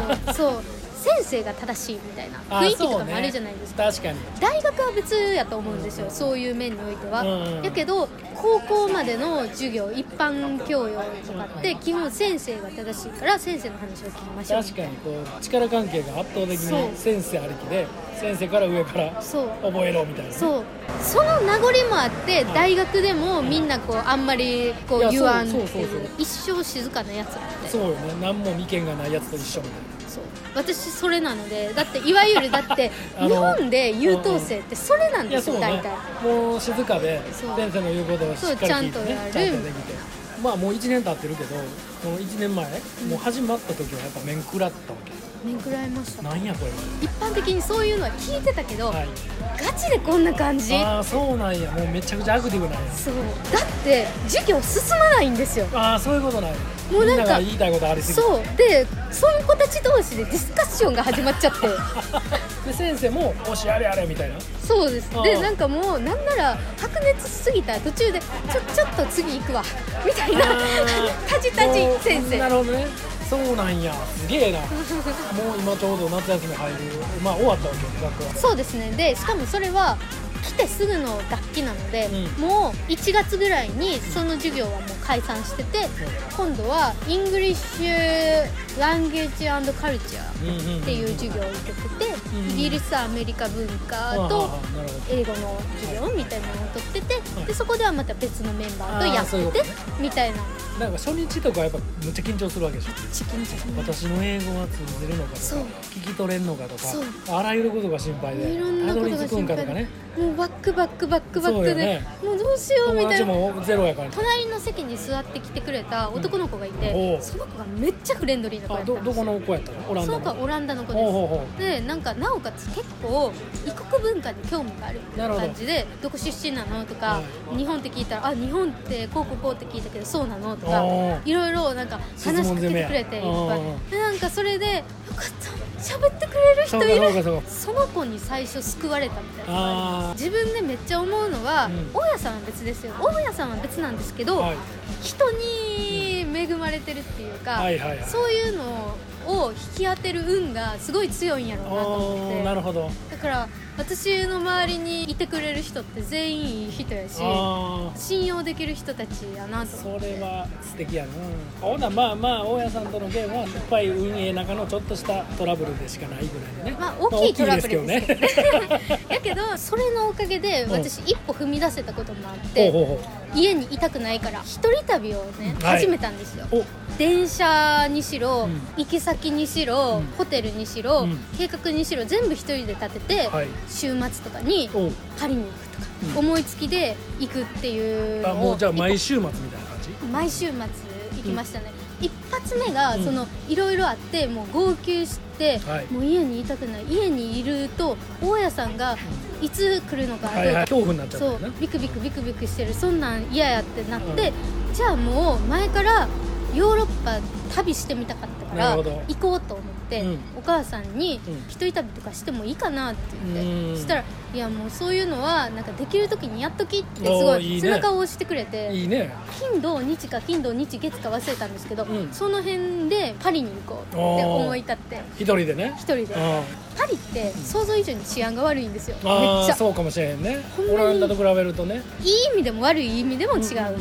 S1: みたいな
S3: そうそう先生が正しいみたいな
S1: あ
S3: 雰囲気と
S1: そ
S3: か
S1: うね
S3: もあるじゃないですか
S1: 確かに
S3: 大学は別やと思うんですよ、そういう面においては、
S1: うん
S3: やけど高校までの授業一般教養とかって基本先生が正しいから先生の話を聞きましょう
S1: 確かにこう力関係が圧倒的
S3: そう
S1: に先生ありきで先生から上から
S3: そう
S1: 覚えろみたいな
S3: そうその名残もあって大学でもみんなこうあんまりこ
S1: いや
S3: う言わんって
S1: そうそう
S3: い
S1: そう
S3: う一生静かなやつなんで
S1: そうよね何も意見がないやつと一緒みたい
S3: そう私それなのでだっていわゆるだって
S1: あの
S3: 日本で優等生ってそれなん
S1: な
S3: ですよ
S1: い
S3: 大
S1: や
S3: 体
S1: そうねもう静かで
S3: そう
S1: 先生の言うことをしっかり聞いてね
S3: そうちゃんとやる
S1: できてまあもう1年経ってるけどこの1年前、もう始まった時はやっぱ面食らったわけ
S3: 面食らいました
S1: なんやこれ
S3: 一般的にそういうのは聞いてたけど、
S1: はい
S3: ガチでこんな感じ
S1: ああそうなんやもうめちゃくちゃアクティブなんや
S3: そうだって授業進まないんですよ
S1: ああそういうことなんや
S3: もうな
S1: み
S3: んか
S1: んなが言いたいことありすぎて
S3: そうでその子たち同士でディスカッションが始まっちゃって
S1: で先生も「おしあれあれ」みたいな
S3: そうです
S1: あ
S3: で
S1: あ
S3: なんかもうなんなら白熱しすぎた途中でちょちょっと次行くわみたいな
S1: あー
S3: タジタジ
S1: もう
S3: 先
S1: な
S3: 生
S1: るほどねそうなんやすげえなもう今ちょうど夏休み入るまあ終わったわけよ学校
S3: そうですねでしかもそれは来てすぐの楽器なので、
S1: う
S3: もう1月ぐらいにその授業はもう解散してて、今度はイングリッシュ・ランゲージ・アンド・カルチャー
S1: は
S3: っていう授業を受けてて、
S1: うん
S3: イギリスアメリカ文化
S1: あ
S3: と
S1: あなるほど
S3: 英語の授業みたいなのを取ってて、
S1: はい
S3: でそこではまた別のメンバーとやって
S1: あーそういうこと
S3: て
S1: ね
S3: みたいな
S1: なんか初日とかやっぱむっちゃ緊張するわけでしょ
S3: チキンチキン
S1: 私の英語は通じるのかとか
S3: そう
S1: 聞き取れんのかと
S3: そう
S1: かあらゆることが心配で
S3: いろんな
S1: た
S3: こ
S1: ど
S3: と
S1: り
S3: が
S1: 着くん
S3: 心
S1: か
S3: 配
S1: とかね
S3: でもうバックバックバックバック
S1: そ
S3: で、
S1: うよね
S3: もうどうしようみ
S1: 友
S3: た
S1: 達
S3: いな
S1: もゼロやから
S3: 隣の席に座ってきてくれた男の子がいて、
S1: うんおう
S3: その子がめっちゃフレンドリーな子や
S1: あ
S3: った
S1: ど
S3: んです
S1: どこの子やったのオラン
S3: そ
S1: ダ
S3: の子は
S1: の
S3: オランダの子
S1: ほう
S3: です
S1: ほうほ
S3: でなんかなおかつ結構異国文化に興味があるみたいな感じでどこ出身なのとか、日本って聞いたらあ日本ってこうこうこうって聞いたけどそうなのとか
S1: おー
S3: いろいろなんか話しかけてくれてい
S1: 質問攻めやお
S3: っぱ
S1: ーお
S3: いでなんかそれでよかった喋ってくれる
S1: うそ
S3: 人
S1: うか
S3: い
S1: そう
S3: る
S1: かそうか
S3: その子に最初救われたみたいな
S1: あ
S3: 自分でめっちゃ思うのは、
S1: うん
S3: 大家さんは別ですよ大家さんは別なんですけ
S1: あ
S3: ど、
S1: はい
S3: 人に恵まれてるっていうか、
S1: はいはいはい
S3: そういうのを引き当てる運がすごい強いんやろうなと思
S1: おーな
S3: っ
S1: るほど
S3: てだから私の周りにいてくれる人って全員いい人やし
S1: ああ
S3: 信用できる人たちやなと
S1: そ
S3: 思って
S1: れは素敵やなほなまあまあ大家さんとのゲームはいっぱい運営中のちょっとしたトラブルでしかないぐらいのね
S3: まあ大きいトラブルですけどね
S1: まあ大きいですけどね
S3: やけどそれのおかげで
S1: うん
S3: 私一歩踏み出せたこともあっ
S1: ほ
S3: て
S1: うほうほう
S3: 家にいたくないから一人旅をね
S1: はい
S3: 始めたんですよ、
S1: お
S3: 電車にしろ、
S1: うん
S3: 行き先にし
S1: う
S3: ろ、
S1: ん
S3: ホテルにしろ、
S1: うん
S3: 計画にしろ全部一人で立てて、
S1: はい
S3: 週末とかに
S1: お
S3: パリに行くとか、
S1: うん
S3: 思いつきで行くっていう
S1: あ
S3: のを
S1: もうじゃあ毎週末みたいな感じ
S3: 毎週末行きましたね、一発目がそのいろいろあってもう号泣して、
S1: はい
S3: もう家にいたくない家にいると大家さんがいつ来るのかどうか、
S1: はいはい恐怖になっちゃった
S3: そ
S1: よ
S3: う
S1: ね
S3: ビクビクビクビクしてるそんなん嫌やってなって、じゃあもう前からヨーロッパ旅してみたかったか
S1: な
S3: ら
S1: るほど
S3: 行こうと思って、
S1: うん
S3: お母さんに
S1: うん
S3: 一人旅とかしてもいいかなって言って、
S1: うん
S3: そしたら「いやもうそういうのはなんかできる時にやっとき」ってす
S1: お
S3: ご
S1: ーいいね
S3: い背中を押してくれて
S1: いいね
S3: 金土日か金土日月か忘れたんですけど、
S1: うん
S3: その辺でパリに行こうって思い立って
S1: 一人でね
S3: 一人で
S1: あ
S3: パリって想像以上に治安が悪いんですよめっ
S1: あ
S3: ち
S1: ー
S3: ゃ
S1: そうかもしれへんね
S3: ほんま
S1: オ
S3: に
S1: ランダと比べるとね
S3: いい意味でも悪い意味でも違うってい
S1: ん
S3: う,、
S1: んんん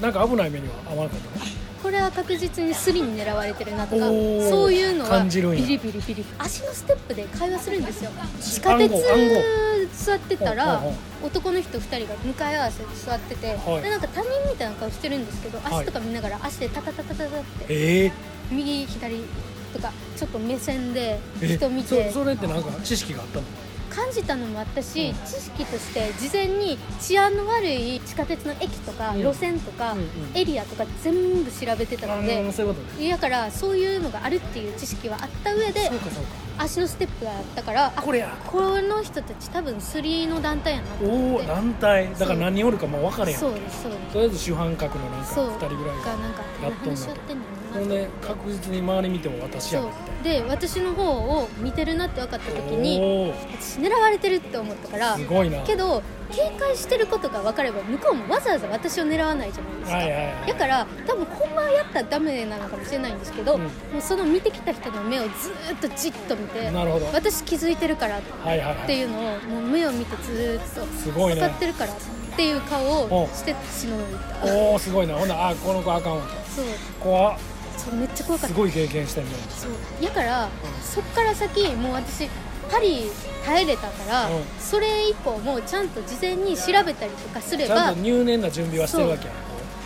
S1: なんか危ない目には合わなかったね
S3: これは確実にスリに狙われてるなとか
S1: おー
S3: そういうのは
S1: 感
S3: ビ
S1: じるんや
S3: リビリビリ足のステップで会話するんですよ地下
S1: 暗号
S3: 鉄
S1: 暗号
S3: 座ってたら
S1: ほうほうほ
S3: 男の人2人が向かい合わせで座ってて、
S1: はい
S3: でなんか他人みたいな顔してるんですけど
S1: い
S3: 足とか見ながら足でタタタタタタって
S1: え
S3: 右左とかちょっと目線で
S1: え
S3: 人見て
S1: そそれってなんか知識があったの
S3: 感じたのもあったし、知識として事前に治安の悪い地下鉄の駅とか
S1: うん
S3: 路線とか
S1: うんうん
S3: エリアとか全部調べてた
S1: あ
S3: の
S1: ー
S3: で、
S1: そういうことね
S3: だからそういうのがあるっていう知識はあった上で
S1: そうかそうか
S3: 足のステップがあったからあ
S1: これや
S3: この人たち多分スリーの団体やなと
S1: お
S3: 思っ
S1: お
S3: て
S1: 団体だから何おるかもう分かるやん
S3: そ
S1: と
S3: うですそうです
S1: りあえず主犯格のなんか
S3: そう
S1: 2人ぐらい
S3: が
S1: が
S3: なんか
S1: やっとんだ
S3: 話し合ってんの
S1: ほん
S3: にな
S1: で確実に周り見ても私
S3: そ
S1: や
S3: う
S1: なみたい
S3: で私の方を見てるなって分かった
S1: な
S3: 時に
S1: おー
S3: 私狙われてるって思ったから
S1: すごいな
S3: けど警戒してることが分かれば向こうもわざわざ私を狙わないじゃないですか、
S1: はいはいはい
S3: だから多分ほんまはやったらダメなのかもしれないんですけど、
S1: うん
S3: もうその見てきた人の目をずーっとじっと見て
S1: なるほど
S3: 私気づいてるからっ
S1: はいはいは
S3: て
S1: い
S3: いうのをもう目を見てずーっと
S1: すごいね
S3: 分かってるからっていう顔をしてしのいだ
S1: おおすごいなほんならあーこの子あかんわと
S3: そう
S1: 怖っ
S3: そうめっちゃ怖かっ
S1: す
S3: た
S1: ごい経験してるね
S3: そうやからそっから先もう私パリ耐えれたから、
S1: うん
S3: それ以降もちゃんと事前に調べたりとかすれ
S1: ちゃ
S3: ば
S1: んと入念な準備はしてるわけや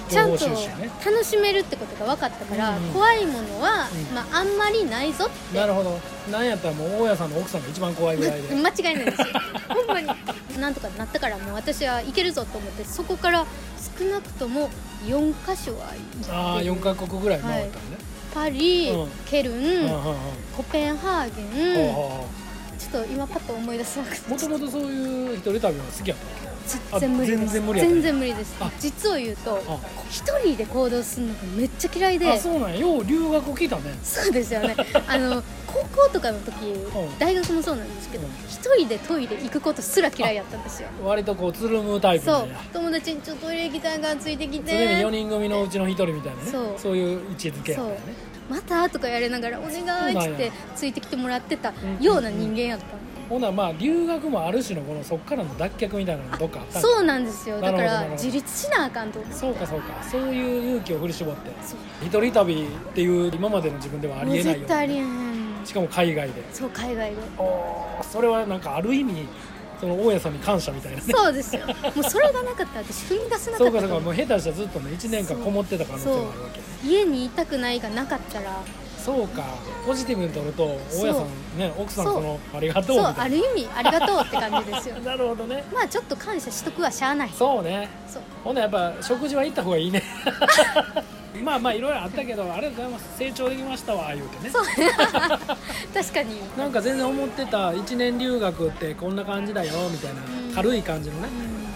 S3: ちゃん
S1: 情報
S3: と
S1: 収集ね
S3: 楽しめるってことが分かったから、
S1: うんうん
S3: 怖いものは、
S1: うん
S3: まあ、あんまりないぞって
S1: なるほどなんやったらもう大家さんの奥さんが一番怖いぐらいで
S3: 間違いないですよほんまになんとかなったからもう私はいけるぞと思ってそこから少なくとも4箇所は
S1: あ
S3: 行っ
S1: あ
S3: て
S1: 4
S3: る
S1: カ国ぐらい回ったんね、
S3: パリ、
S1: うん
S3: ケルン、
S1: うんうんうん
S3: コペンハー
S1: ほう
S3: ゲン、
S1: ほ
S3: ちょっと今パッと思い出せなく
S1: うもともとそういう一人旅は好きやった
S3: て全然無
S1: あ全然無理やっ
S3: 理です
S1: た
S3: 全然無理です
S1: あ
S3: 実を言うと
S1: あ
S3: 一人で行動するのがめっちゃ嫌いで
S1: あそうなんやよう留学来たね
S3: そうですよねあの高校とかの時
S1: ん
S3: 大学もそうなんですけど
S1: うん
S3: 一人でトイレ行くことすら嫌いやったんですよ
S1: 割とこうつるむタイプ
S3: そ
S1: な
S3: うん
S1: や
S3: 友達にちょっとトイレ行きたいからついてき
S1: 常に4
S3: て
S1: 人組のうちの一人みたいなね
S3: そう
S1: そういう位置づけやからね
S3: またとかやれながらお願いっ
S1: そう
S3: つ
S1: な
S3: っ
S1: んや
S3: てついてきてもらってた
S1: ん
S3: ような人間やったの
S1: ほなまあ留学もある種のこのそっからの脱却みたいなのもどっかあったんや
S3: そうなんですよだか
S1: なるほどな
S3: ら
S1: るほど
S3: 自立しなあかんと思って
S1: そうかそうかそういう勇気を振り絞って
S3: そう
S1: 一人旅っていう今までの自分ではあ
S3: もう
S1: りえないよ、ね、
S3: 絶対ありえん
S1: しかも海外で
S3: そう海外で
S1: おーそれはなんかある意味その大家さんに感謝み たいなね
S3: そうですよもうそれがなかったら私踏み出せなか
S1: そ
S3: っ
S1: うかそ
S3: たと
S1: うか
S3: 思
S1: も
S3: う
S1: う下手したらずっとね1年間
S3: そう
S1: こもってた可能性もあるわけ
S3: 家にいたくないがなかったら
S1: そうかポジティブにとると大家さんね奥さん
S3: そう
S1: このありがとうみ
S3: そう
S1: た
S3: あ
S1: い
S3: る意味ありがとうって感じですよ
S1: ななるほどね
S3: まあちょっと感謝しとくはしゃあない
S1: そうね
S3: そう
S1: ほんならやっぱ食事は行った方がいいね まあまあいろいろあったけどありがとうございます成長できましたわ言うてね
S3: そう 確かに
S1: なんか全然思ってた1年留学ってこんな感じだよみたいな
S3: うん
S1: 軽い感じのね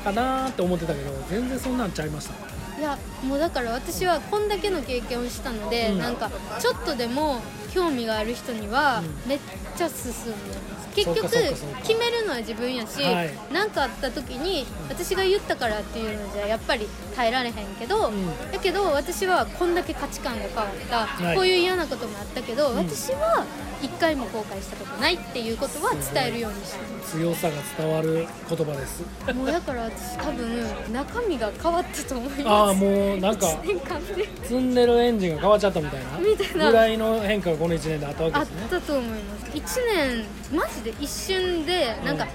S1: かなーって思ってたけど全然そんなんちゃいました
S3: いやもうだから私はこんだけの経験をしたので、
S1: うん
S3: なんかちょっとでも興味がある人には
S1: う
S3: めっちゃ進んでます結局
S1: そうかそうかそうか
S3: 決めるのは自分やし
S1: はい
S3: 何、かあった時に私が言ったからっていうのじゃやっぱり耐えられへんけど、
S1: うん
S3: だけど私はこんだけ価値観が変わった、
S1: はい
S3: こういう嫌なこともあったけど、
S1: ん
S3: 私は一回も後悔したことないっていうことは伝えるようにしてま
S1: 強さが伝わる言葉です
S3: すもうだから私多分中身が変わったと思います
S1: ああもうなんか
S3: 1年間で
S1: 積んでるエンジンが変わっちゃったみたいな
S3: みたいな
S1: ぐらいの変化がこの1年であったわけ
S3: あ
S1: で
S3: っ
S1: すね
S3: たと思います1年マジで一瞬でなんか
S1: うん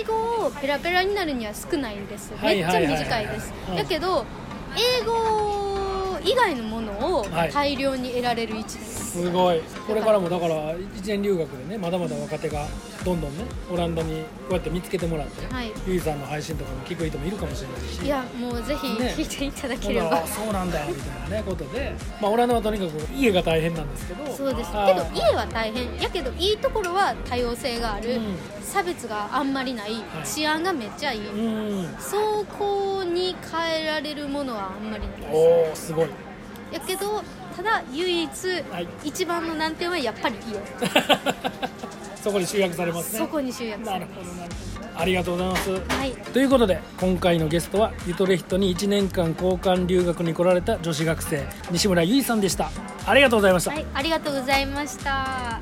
S3: 英語をペラペラになるには少ないんです
S1: はい
S3: めっち
S1: は
S3: ゃ
S1: いはいはい
S3: 短いです
S1: うん
S3: だけど英語以外のものを
S1: はい
S3: 大量に得られる1年です
S1: すごいこれからもだから1年留学でねまだまだ若手がどんどんねオランダにこうやって見つけてもらって、
S3: はい
S1: ゆいさんの配信とかも聞く人もいるかもしれないし
S3: いやもうぜひ
S1: ね
S3: 聞いていただ
S1: そ
S3: け
S1: う
S3: れ
S1: だ
S3: ば
S1: あそうなんだみたいなねことでまあオランダはとにかく家が大変なんですけど
S3: そうですけど
S1: はい
S3: 家は大変やけどいいところは多様性がある
S1: うん
S3: 差別があんまりない
S1: い
S3: 治安がめっちゃいい
S1: うん
S3: そこに変えられるものはあんまりないです
S1: おおすごい
S3: やけどただ唯
S1: い
S3: 一、一番の難点はやっぱり家、
S1: そこに集約されますね
S3: そこに集約
S1: な
S3: さ
S1: る
S3: れ
S1: ほ
S3: ま
S1: ど
S3: す
S1: なるほどありがとうございます
S3: はい
S1: ということで今回のゲストはゆとり人に1年間交換留学に来られた女子学生西村ゆいさんでしたありがとうございました
S3: はいありがとうございました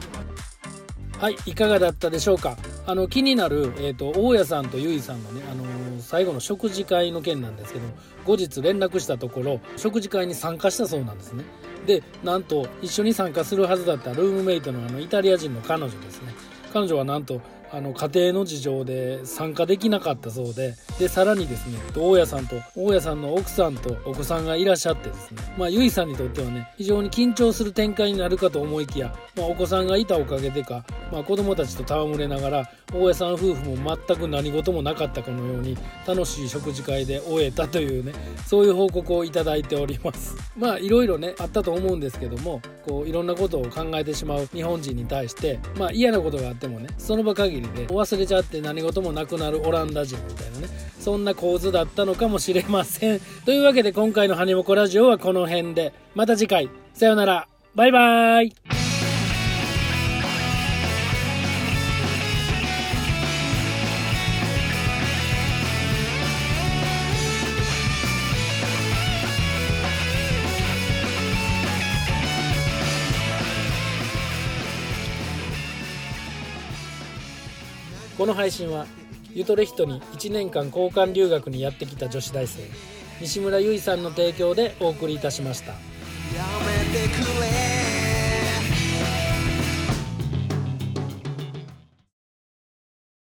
S1: はい、いかがだったでしょうか。あの気になる、えっ、と、大家さんとゆいさんのね、あのーの最後の食事会の件なんですけど後日連絡したところ食事会に参加したそうなんですねでなんと一緒に参加するはずだったルームメイトのあのイタリア人の彼女ですね彼女はなんとあの家庭の事情で参加できなかったそうででさらにですね大家さんと大家さんの奥さんとお子さんがいらっしゃってですねまあゆいさんにとってはね非常に緊張する展開になるかと思いきや、まあ、お子さんがいたおかげでか、まあ、子供たちと戯れながら大家さん夫婦も全く何事もなかったかのように楽しい食事会で終えたというねそういう報告をいただいております まあいろいろねあったと思うんですけどもこういろんなことを考えてしまう日本人に対してまあ嫌なことがあってもねその場限りで忘れちゃって何事もなくなるオランダ人みたいなねそんな構図だったのかもしれません というわけで今回の「ハニモコラジオ」はこの辺でまた次回さようならバイバイこの配信はゆとりヒトに1年間交換留学にやってきた女子大生西村ゆいさんの提供でお送りいたしました。
S2: やめてくれ